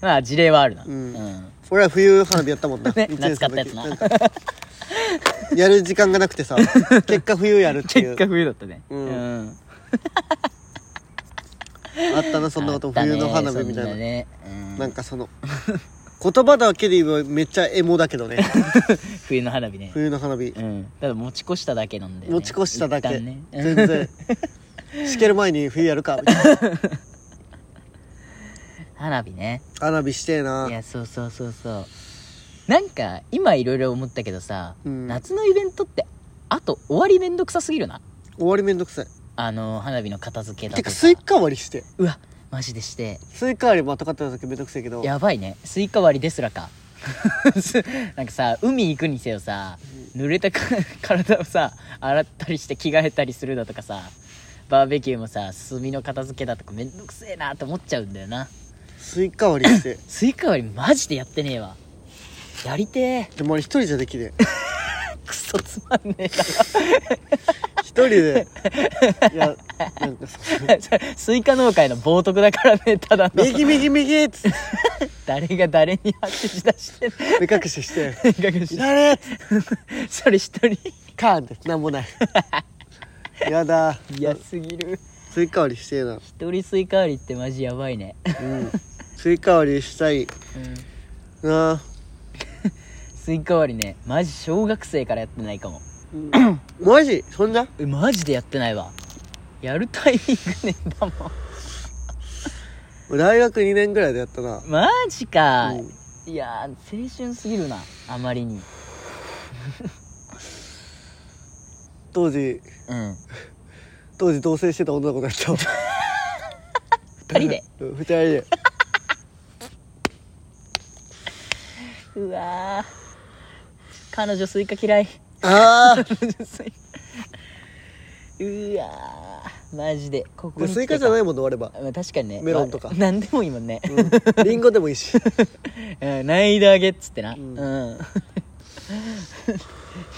Speaker 2: まあ事例はあるなうんん、
Speaker 1: *laughs* 俺は冬花火やったもんな、
Speaker 2: *laughs* ね
Speaker 1: 一年生の時
Speaker 2: 夏買っ
Speaker 1: んかやる時間がなくてさ結果冬やるってい
Speaker 2: *laughs* 結
Speaker 1: う
Speaker 2: 果冬だったね
Speaker 1: うん
Speaker 2: ん
Speaker 1: あったなそんな
Speaker 2: *laughs*
Speaker 1: こと
Speaker 2: あったね
Speaker 1: 冬の花火みたい
Speaker 2: そ
Speaker 1: な、
Speaker 2: んねうん
Speaker 1: なんかその言葉だけで言えばめっちゃエモだけ
Speaker 2: *laughs*
Speaker 1: どね
Speaker 2: *laughs* 冬の花火ね
Speaker 1: 冬の花火
Speaker 2: うんただ持ち越しただけなんで、ね、
Speaker 1: 持ち越しただ
Speaker 2: 一
Speaker 1: け、
Speaker 2: 旦ねうん
Speaker 1: 全然
Speaker 2: *laughs*
Speaker 1: しける前に冬やるかみたいな
Speaker 2: 花火ね
Speaker 1: 花火してえない
Speaker 2: やそうそうそうそうなんか今いろいろ思ったけどさ、
Speaker 1: うん
Speaker 2: 夏のイベントってあと終わりめんどくさすぎるな
Speaker 1: 終わりめんどくさい
Speaker 2: あの花火の片付けだ
Speaker 1: て
Speaker 2: と
Speaker 1: か
Speaker 2: か
Speaker 1: スイカ割りして
Speaker 2: うわマジでして
Speaker 1: スイカ割りまた買った時めんどくせえけど
Speaker 2: やばいねスイカ割りですらか *laughs* なんかさ海行くにせよさ濡れたか *laughs* 体をさ洗ったりして着替えたりするだとかさバーベキューもさ炭の片付けだとかめんどくせえなと思っちゃうんだよな
Speaker 1: スイカ割りして
Speaker 2: スイカ割りマジでやってねえわやりてえ
Speaker 1: でも俺一人じゃできねえ
Speaker 2: クソつまんねえな
Speaker 1: 一人
Speaker 2: *laughs*
Speaker 1: でいやなんかその
Speaker 2: スイカ農会の冒涜だからねただの
Speaker 1: 右右右っつって
Speaker 2: 誰が誰に拍手しだしてんの
Speaker 1: 目隠しして
Speaker 2: *laughs*
Speaker 1: 「
Speaker 2: 隠
Speaker 1: い
Speaker 2: し
Speaker 1: られ!」っつって
Speaker 2: *laughs* それ一人
Speaker 1: カーンってなんも
Speaker 2: *laughs*
Speaker 1: ないやだ
Speaker 2: 嫌すぎる
Speaker 1: スイカ割りしてえな
Speaker 2: 一人スイカ割りってマジやばいね、
Speaker 1: うんスイカ割りしたい
Speaker 2: うん、
Speaker 1: な
Speaker 2: スイカ割りねマジ小学生からやってないかも
Speaker 1: マジそんな
Speaker 2: えマジでやってないわやるタイミングねえんだもん *laughs*
Speaker 1: 大学2年ぐらいでやったな
Speaker 2: マジか、
Speaker 1: うん
Speaker 2: いやー青春すぎるなあまりに
Speaker 1: 当時 *laughs*
Speaker 2: うん
Speaker 1: 当時同棲してた女の子たちと
Speaker 2: 二人で
Speaker 1: うん二人で
Speaker 2: うわー彼女スイカ嫌い
Speaker 1: ああ
Speaker 2: *laughs* うわーマジでここに来て
Speaker 1: スイカじゃないいものあれば、
Speaker 2: 確かにね
Speaker 1: メロンとか
Speaker 2: まあ何でもいいもんね、
Speaker 1: うん、リンゴでもいいし
Speaker 2: *laughs* うん、難易度上げっつってなうんん、 *laughs*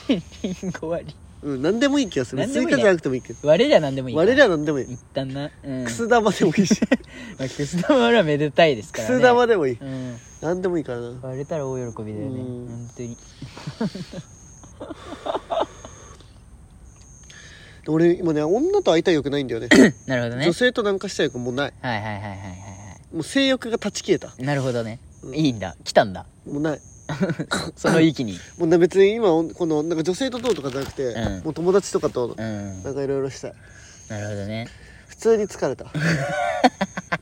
Speaker 2: リンゴ割り
Speaker 1: うん何でもいい気がする
Speaker 2: 何
Speaker 1: ス
Speaker 2: で
Speaker 1: イ
Speaker 2: もいいね
Speaker 1: カじゃなくてもいいけど
Speaker 2: 割れりゃ何でもいい
Speaker 1: 割れりゃ何でもいい
Speaker 2: 一旦なうん
Speaker 1: くす玉でもいいし
Speaker 2: *laughs* まあくす玉はめでたいです
Speaker 1: く
Speaker 2: からね
Speaker 1: す玉でもいい
Speaker 2: うん
Speaker 1: 何でもいいからな
Speaker 2: 割れたら大喜びだよね
Speaker 1: うん
Speaker 2: 本
Speaker 1: *laughs*
Speaker 2: 当に
Speaker 1: 俺今ね女と会いたい欲ないんだよね
Speaker 2: なるほどね
Speaker 1: 女性となんかしたい欲もうない
Speaker 2: はいはいはいはいはいは
Speaker 1: もう性欲が断ち切れた
Speaker 2: いなるほどね、
Speaker 1: うん
Speaker 2: いいんだ来た
Speaker 1: *laughs*
Speaker 2: んだ
Speaker 1: もうない
Speaker 2: *laughs* その域に
Speaker 1: もうな別に今このなんか女性とどうとかじゃなくて、
Speaker 2: うん
Speaker 1: もう友達とかと
Speaker 2: うん
Speaker 1: なんかいろいろしたい
Speaker 2: なるほどね
Speaker 1: 普通に疲れ
Speaker 2: *laughs*
Speaker 1: た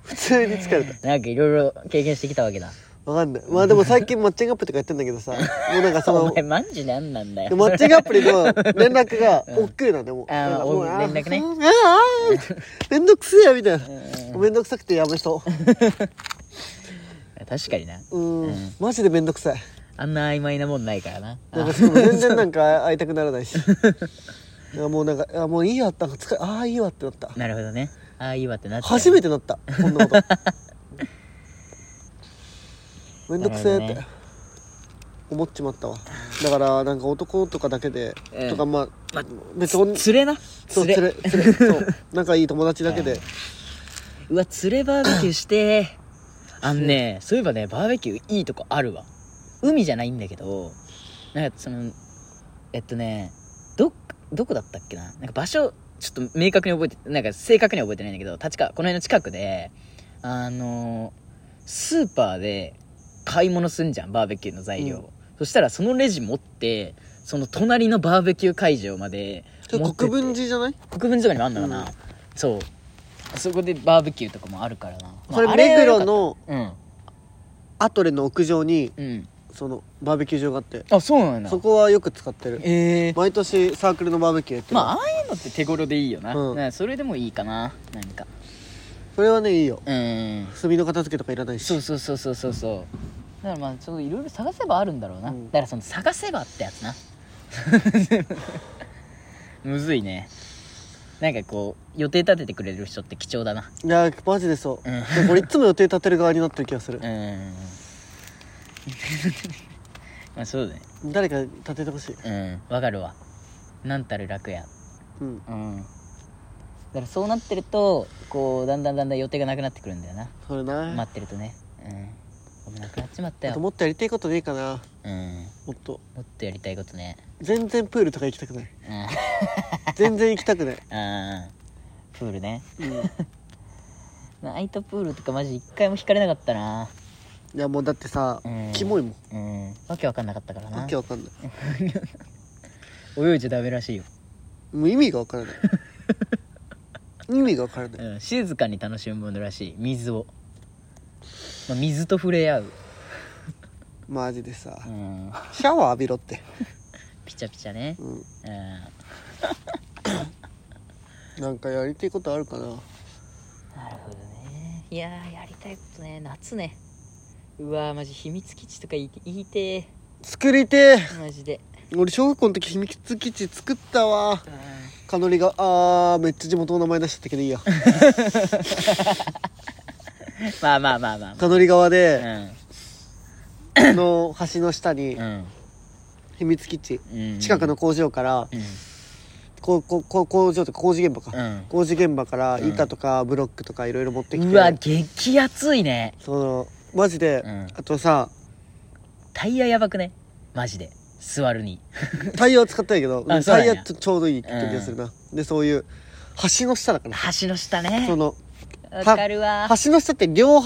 Speaker 1: 普通に疲れた
Speaker 2: なんかいろいろ経験してきたわけだ
Speaker 1: わかんないまあでも最近マッチングアプリとかやってんだけ
Speaker 2: *laughs*
Speaker 1: どさもうなんかそ
Speaker 2: お
Speaker 1: の
Speaker 2: 前マジ何なんだよ
Speaker 1: マッチングアプリの連絡が億劫なんだよもう
Speaker 2: あー
Speaker 1: なんかもう
Speaker 2: お
Speaker 1: あー
Speaker 2: 連絡ね
Speaker 1: あーあーめんどくせえやみたいなめんどくさくてやめそ
Speaker 2: 確かにな
Speaker 1: う
Speaker 2: *laughs*
Speaker 1: うんマジでめんどくさい
Speaker 2: あんな曖昧なもんないからな
Speaker 1: なんかしかも全然なんか会いたくならないしいやもうなんかいやもういいやなんか疲れああいいわってなった
Speaker 2: なるほどねああいいわってなって
Speaker 1: 初めてなったこんな
Speaker 2: *laughs*
Speaker 1: ことめんどくせえっ
Speaker 2: なるほ
Speaker 1: て、
Speaker 2: どね
Speaker 1: 思っちまったわだからなんか男とかだけで、
Speaker 2: うん
Speaker 1: とかまあ別に
Speaker 2: 釣れな
Speaker 1: そう
Speaker 2: 釣れ
Speaker 1: 連れ連れそう仲いい友達だけで、
Speaker 2: うわ釣れバーベキューしてーあのねそういえばねバーベキューいいとこあるわ海じゃないんだけどなんかそのえっとねどどこだったっけななんか場所ちょっと明確に覚えてなんか正確には覚えてないんだけど立川この辺の近くであのスーパーで買い物すんじゃんバーベキューの材料を、そしたらそのレジ持ってその隣のバーベキュー会場まで
Speaker 1: ちょっ
Speaker 2: 持
Speaker 1: と
Speaker 2: ってって
Speaker 1: 国分寺じゃない
Speaker 2: 国分寺とかにもあんのかな、
Speaker 1: うん
Speaker 2: そうあそこでバーベキューとかもあるからな、
Speaker 1: それ
Speaker 2: あ
Speaker 1: 目
Speaker 2: は
Speaker 1: 黒
Speaker 2: 良かっ
Speaker 1: の
Speaker 2: たうん
Speaker 1: アトレの屋上に
Speaker 2: うん
Speaker 1: そのバーベキュー場があって
Speaker 2: あそうなんだ
Speaker 1: そこはよく使ってる
Speaker 2: ええ
Speaker 1: 毎年サークルのバーベキューやってる、
Speaker 2: まあああいうのって手頃でいいよな、
Speaker 1: うん
Speaker 2: なそれでもいいかななんか
Speaker 1: それはねいいよ
Speaker 2: うん
Speaker 1: 炭の片付けとかいらないし
Speaker 2: そうそうそうそうそうそうだからまあちょっといろいろ探せばあるんだろうな、
Speaker 1: うん
Speaker 2: だからその *laughs* 探せばってやつなむずいねなんかこう予定立ててくれる人って貴重だない
Speaker 1: やマジでそう、
Speaker 2: うん
Speaker 1: でも俺いつも予定立てる側になってる気がする
Speaker 2: う、ん *laughs* まあそうだね
Speaker 1: 誰か立ててほしい
Speaker 2: うんわかるわなんたる楽や
Speaker 1: うん
Speaker 2: うんだからそうなってるとこうだんだんだんだん予定がなくなってくるんだよな
Speaker 1: それな、
Speaker 2: 待ってるとねうん俺なくなっちまった
Speaker 1: あと
Speaker 2: よ
Speaker 1: もっとやりたいことねえかな
Speaker 2: うん
Speaker 1: もっと
Speaker 2: もっとやりたいことね
Speaker 1: 全然プールとか行きたくない
Speaker 2: うん
Speaker 1: 全然行きたくない、
Speaker 2: うんプールね *laughs*
Speaker 1: うん、い
Speaker 2: ナイトプールとかマジ一回も引かれなかったな
Speaker 1: やもうだってさ、
Speaker 2: うん
Speaker 1: キモいもん
Speaker 2: うんわけわかんなかったからな
Speaker 1: わけわかんない
Speaker 2: 泳いじゃダメらしいよ、
Speaker 1: もう意味がわからない意味がわからない
Speaker 2: うん、静かに楽しむものらしい水を、まあ、水と触れ合う、
Speaker 1: マジでさ
Speaker 2: うん、
Speaker 1: シャワー浴びろって
Speaker 2: ピチャピチャね
Speaker 1: うん
Speaker 2: うん
Speaker 1: なんかやりたいことあるかな
Speaker 2: なるほどねいやーやりたいことね夏ねうわーマジ秘密基地とか言いて言いて
Speaker 1: 作りてえ
Speaker 2: ーマジで
Speaker 1: 俺小学校の時秘密基地作ったわ
Speaker 2: うん
Speaker 1: カノリがあーめっちゃ地元の名前出しちゃったけど
Speaker 2: *laughs*
Speaker 1: いいや
Speaker 2: まあまあまあまあ、
Speaker 1: カノリ川
Speaker 2: う
Speaker 1: で
Speaker 2: ん
Speaker 1: あの橋の下に
Speaker 2: うん
Speaker 1: 秘密基地
Speaker 2: うん
Speaker 1: 近くの工場から
Speaker 2: うん
Speaker 1: こうこうこう工場とか工事現場か、
Speaker 2: う
Speaker 1: 工事現場から板とかブロックとかいろいろ持ってき
Speaker 2: ん
Speaker 1: て
Speaker 2: うわ激熱いね
Speaker 1: そのマジで、
Speaker 2: うん
Speaker 1: あとさ *laughs*
Speaker 2: タイヤやばくねマジで座るに
Speaker 1: タイヤは使ったんやけど
Speaker 2: あそ
Speaker 1: タ
Speaker 2: うなん
Speaker 1: イ
Speaker 2: や
Speaker 1: ヤちょちょうどいいって気がするな、でそういう橋の下だから
Speaker 2: 橋の下ね
Speaker 1: その
Speaker 2: わかるわ
Speaker 1: 橋の下って両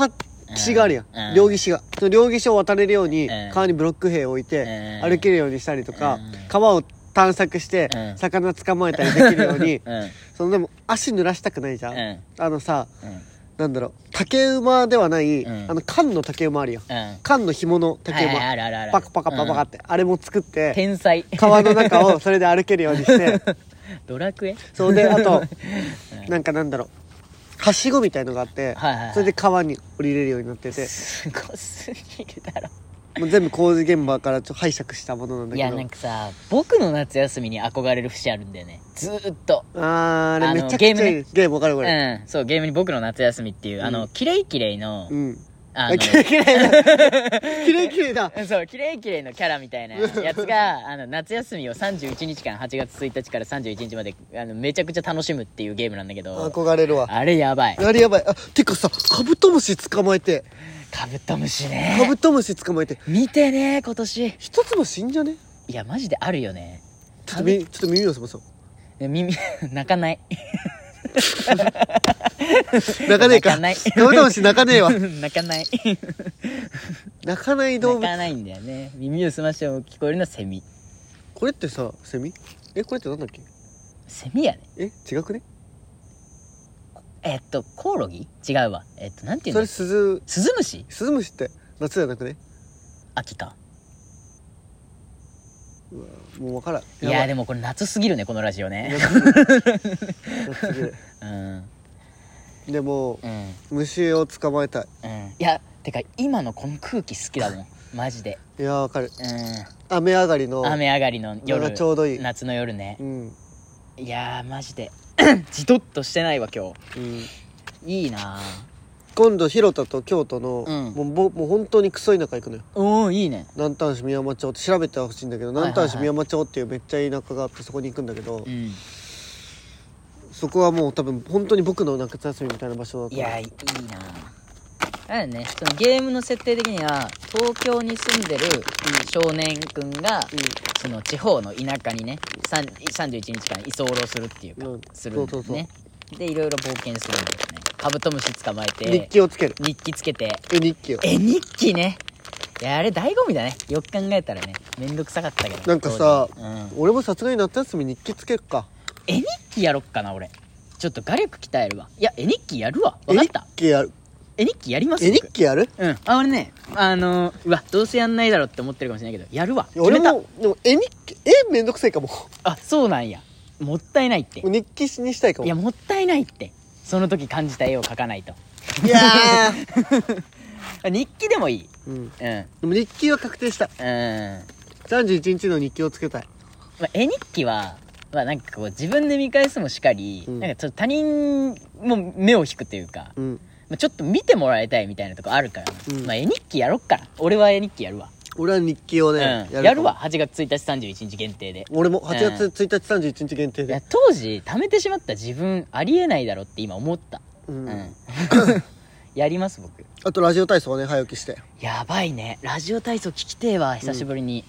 Speaker 1: 岸があるやん、
Speaker 2: うん
Speaker 1: 両岸がその両岸を渡れるように、
Speaker 2: うん
Speaker 1: 川にブロック塀を置いて、
Speaker 2: うん
Speaker 1: 歩けるようにしたりとか、
Speaker 2: うん
Speaker 1: 川を探索して、
Speaker 2: うん
Speaker 1: 魚捕まえたりできるように、
Speaker 2: *laughs* うん
Speaker 1: そのでも足濡らしたくないじゃん、
Speaker 2: うん
Speaker 1: あのさ
Speaker 2: うん
Speaker 1: なんだろう竹馬ではない、
Speaker 2: うん
Speaker 1: あの缶の竹馬あるやん
Speaker 2: うん
Speaker 1: 缶の紐の竹馬、
Speaker 2: はいはいあるあるある
Speaker 1: パカパカパカパカって、あれも作って
Speaker 2: 天才
Speaker 1: 川の中
Speaker 2: *laughs*
Speaker 1: をそれで歩けるようにして
Speaker 2: ドラクエ
Speaker 1: そうであとなんかなんだろうはしごみたいのがあって、
Speaker 2: はいはいはい
Speaker 1: それで川に降りれるようになってて
Speaker 2: すごすぎるだろ
Speaker 1: もう全部工事現場からちょっと拝借したものなんだ
Speaker 2: い
Speaker 1: けど
Speaker 2: やなんかさ僕の夏休みに憧れる節あるんだよねずーっと
Speaker 1: あーあ
Speaker 2: あ
Speaker 1: れ
Speaker 2: の
Speaker 1: めちゃくちゃいいゲ
Speaker 2: ゲ
Speaker 1: ー
Speaker 2: ーム
Speaker 1: ム,、
Speaker 2: ね
Speaker 1: わかるこ
Speaker 2: う
Speaker 1: れ
Speaker 2: んそうゲームに僕の夏休みっていうあ
Speaker 1: う
Speaker 2: の
Speaker 1: ん
Speaker 2: キレイキレイの
Speaker 1: うん
Speaker 2: あ
Speaker 1: あ
Speaker 2: の
Speaker 1: きれいきれいだきれいきれい
Speaker 2: *laughs*
Speaker 1: だ
Speaker 2: そうキレイキレイのキャラみたいなやつがあの夏休みを31日間8月1日から31日まであのめちゃくちゃ楽しむっていうゲームなんだけど
Speaker 1: 憧れるわ
Speaker 2: あれやばい
Speaker 1: あれやばいあてかさカブトムシ捕まえて
Speaker 2: カブトムシ
Speaker 1: カ
Speaker 2: ね
Speaker 1: ブトムシ捕まえて
Speaker 2: 見てね今年
Speaker 1: 一つも死んじゃね
Speaker 2: いやマジであるよね
Speaker 1: ちょっとみちょっと耳を澄まそう
Speaker 2: ね耳 *laughs* 泣かない
Speaker 1: 泣かねえか
Speaker 2: *laughs* 泣かない
Speaker 1: カブトムシ泣か
Speaker 2: *laughs*
Speaker 1: ねえわ
Speaker 2: 泣かない
Speaker 1: 泣かない動
Speaker 2: 泣
Speaker 1: 物
Speaker 2: かないんだよね耳を澄ましても聞こえるのはセミ
Speaker 1: これってさセミえこれってなんだっけ
Speaker 2: セミやね
Speaker 1: え違くね
Speaker 2: えっとコオロギ違うわえっとなんてい
Speaker 1: そうれ
Speaker 2: の
Speaker 1: スズ
Speaker 2: スズムシ
Speaker 1: スズムシって夏じゃなくね
Speaker 2: 秋か
Speaker 1: うわもう分からん
Speaker 2: いやで
Speaker 1: も
Speaker 2: もこれ夏すぎるねこのラジオね
Speaker 1: 夏すぎる
Speaker 2: うん
Speaker 1: *laughs* でも
Speaker 2: うん
Speaker 1: 虫を捕まえたい
Speaker 2: うんいやてか今のこの空気好きだもんマジで
Speaker 1: いやわかる
Speaker 2: う
Speaker 1: 雨上がりの
Speaker 2: ん雨上がりの
Speaker 1: なん
Speaker 2: 夜
Speaker 1: かちょうどいい
Speaker 2: 夏の夜ね
Speaker 1: うん、うん、
Speaker 2: いやーマジで *clears throat* じとっとしてないわ今日いいな
Speaker 1: 今度広田と京都の、
Speaker 2: うん
Speaker 1: もうぼもう本当にクソ田舎行くのよ
Speaker 2: おおいいね
Speaker 1: 南丹市美山町って調べてほしいんだけど
Speaker 2: はいはい
Speaker 1: 南丹市美山町っていうめっちゃ田舎があってそこに行くんだけど、
Speaker 2: うん
Speaker 1: そこはもう多分本当に僕の夏休みみたいな場所だと
Speaker 2: いやいいなあれねそのゲームの設定的には東京に住んでる少年くんが、その地方の田舎にねさん31日間居候するっていうか、
Speaker 1: うん
Speaker 2: するんだよ
Speaker 1: そうそう
Speaker 2: ねでいろいろ冒険するんだよねカブトムシ捕まえ
Speaker 1: うん日
Speaker 2: て
Speaker 1: 記をつける
Speaker 2: 日記つけて
Speaker 1: え日記を
Speaker 2: え日記ねいやあれ醍醐味だねよく考えたらねめんどくさかったけど
Speaker 1: なんかさ
Speaker 2: 当時うん、
Speaker 1: 俺もさすがに夏休み日記つけるか
Speaker 2: 絵日記やろっかな俺ちょっと画力鍛えるわいや絵日記やるわ分かっ
Speaker 1: 絵
Speaker 2: た
Speaker 1: 日記やる
Speaker 2: 絵日記やります
Speaker 1: 絵
Speaker 2: 僕
Speaker 1: 日記やる
Speaker 2: うんあ俺ねあのーうわどうせやんないだろうって思ってるかもしれないけどやるわ決
Speaker 1: 俺
Speaker 2: めた
Speaker 1: もでも絵日記絵めんどくさいかも
Speaker 2: あそうなんやもったいないって
Speaker 1: もう日記しにしたいかも
Speaker 2: いやもったいないってその時感じた絵を描かないと
Speaker 1: いやー
Speaker 2: あ日記でもいい
Speaker 1: うん
Speaker 2: うんうん
Speaker 1: でも日記は確定した
Speaker 2: ま
Speaker 1: 31日の日記をつけたい
Speaker 2: あ絵日記はまあなんかこう自分で見返すもしかり、
Speaker 1: うん
Speaker 2: なんかちょっと他人も目を引くというか、
Speaker 1: うん
Speaker 2: まあ、ちょっと見てもらいたいみたいなとこあるから、
Speaker 1: うん
Speaker 2: まあ絵日記やろっかな俺は絵日記やるわ、
Speaker 1: 俺は日記をね、
Speaker 2: うん、や
Speaker 1: か
Speaker 2: る
Speaker 1: も
Speaker 2: わ8月1日31日限定で
Speaker 1: 俺も8月1日31日限定
Speaker 2: いや
Speaker 1: で、
Speaker 2: 当時貯めてしまった自分ありえないだろって今思った
Speaker 1: うん
Speaker 2: うん *laughs* やります僕
Speaker 1: あとラジオ体操をね早起きして
Speaker 2: やばいねラジオ体操聞きてえわ久しぶりに、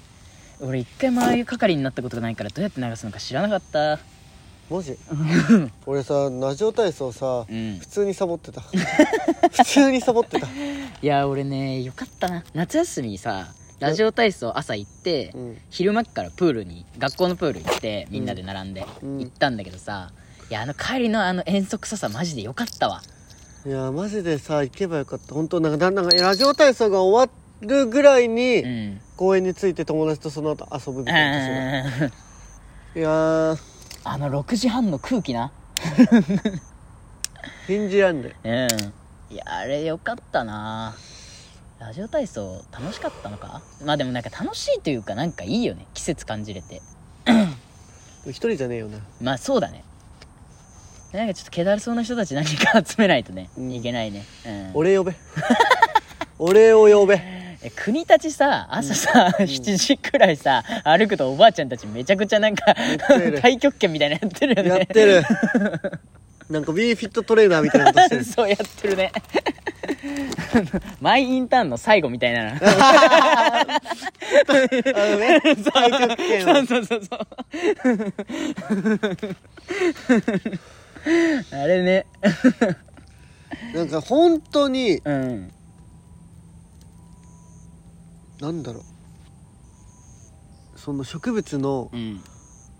Speaker 2: 俺一回もああいう係になったことがないからどうやって流すのか知らなかった
Speaker 1: マジ俺さラジオ体操さ、
Speaker 2: うん
Speaker 1: 普通にサボってた *laughs* 普通にサボってた
Speaker 2: いや俺ねよかったな夏休みにさラジオ体操朝行って、
Speaker 1: うん
Speaker 2: 昼間っからプールに学校のプール行ってみんなで並んで、
Speaker 1: うん
Speaker 2: 行ったんだけどさいやあの帰りのあの遠足ささマジでよかったわ
Speaker 1: いやマジでさ行けばよかった本当なんかだんだんラジオ体操が終わるぐらいに、
Speaker 2: うん
Speaker 1: 公園に着いて友達とその後遊ぶみたいな感
Speaker 2: あ
Speaker 1: じいやー
Speaker 2: の6時半の空気な
Speaker 1: 信じらんね
Speaker 2: うんいやあれよかったなラジオ体操楽しかったのかまあでもなんか楽しいというかなんかいいよね季節感じれて
Speaker 1: 一人じゃねえよな
Speaker 2: まあそうだねなんかちょっと気だるそうな人たち何か集めないとね、
Speaker 1: うん
Speaker 2: いけないね、うん、
Speaker 1: 俺呼べ *laughs* 俺を呼べ
Speaker 2: え国立さ朝さ、7時くらいさ歩くとおばあちゃんたちめちゃくちゃなんか
Speaker 1: ってる
Speaker 2: 太極拳みたいなのやってるよね
Speaker 1: やって *laughs* るなんか b フィットトレーナーみたいなこと *laughs* してる
Speaker 2: *laughs* そうやってるねマイインターンの最後みたいなの
Speaker 1: あのね太極拳を
Speaker 2: そうそうそうそうあれね
Speaker 1: なんか本当に
Speaker 2: うん
Speaker 1: なんだろうその植物の
Speaker 2: うん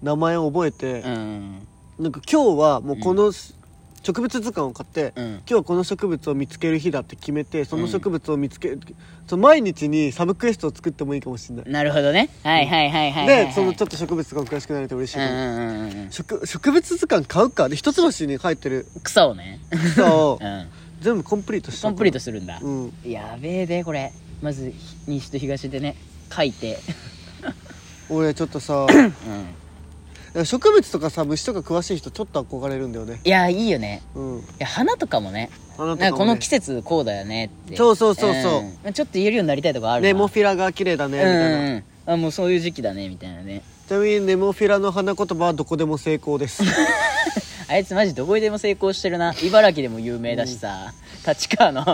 Speaker 1: 名前を覚えて
Speaker 2: う、ん
Speaker 1: なんか今日はもうこのし、植物図鑑を買って、
Speaker 2: うん
Speaker 1: 今日この植物を見つける日だって決めてその植物を見つける、その毎日にサブクエストを作ってもいいかもしれない、
Speaker 2: なるほどねはいはいはいはいはいはい
Speaker 1: でそのちょっと植物が詳しくなれて嬉しい、
Speaker 2: うんうんうんうん
Speaker 1: 植植物図鑑買うかで一橋に入ってる
Speaker 2: 草をね
Speaker 1: 草を
Speaker 2: うん
Speaker 1: 全部コンプリートした
Speaker 2: コンプリートするんだ
Speaker 1: うん
Speaker 2: やべえでこれまず西と東でね書いて
Speaker 1: 俺ちょっと
Speaker 2: *coughs*
Speaker 1: さ
Speaker 2: うん
Speaker 1: 植物とかさ虫とか詳しい人ちょっと憧れるんだよね
Speaker 2: いやいいよね
Speaker 1: うん
Speaker 2: いや花とかもね
Speaker 1: 花とかもね
Speaker 2: なんかこの季節こうだよねって
Speaker 1: そうそうそうそうん
Speaker 2: まあちょっと言えるようになりたいとこあるな
Speaker 1: ネモフィラが綺麗だねみたいな、
Speaker 2: うんうんあもうそういう時期だねみたいなね
Speaker 1: ちなみにネモフィラの花言葉はどこでも成功です
Speaker 2: *laughs* あいつマジどこにでも成功してるな茨城でも有名だしさ、立川の *laughs*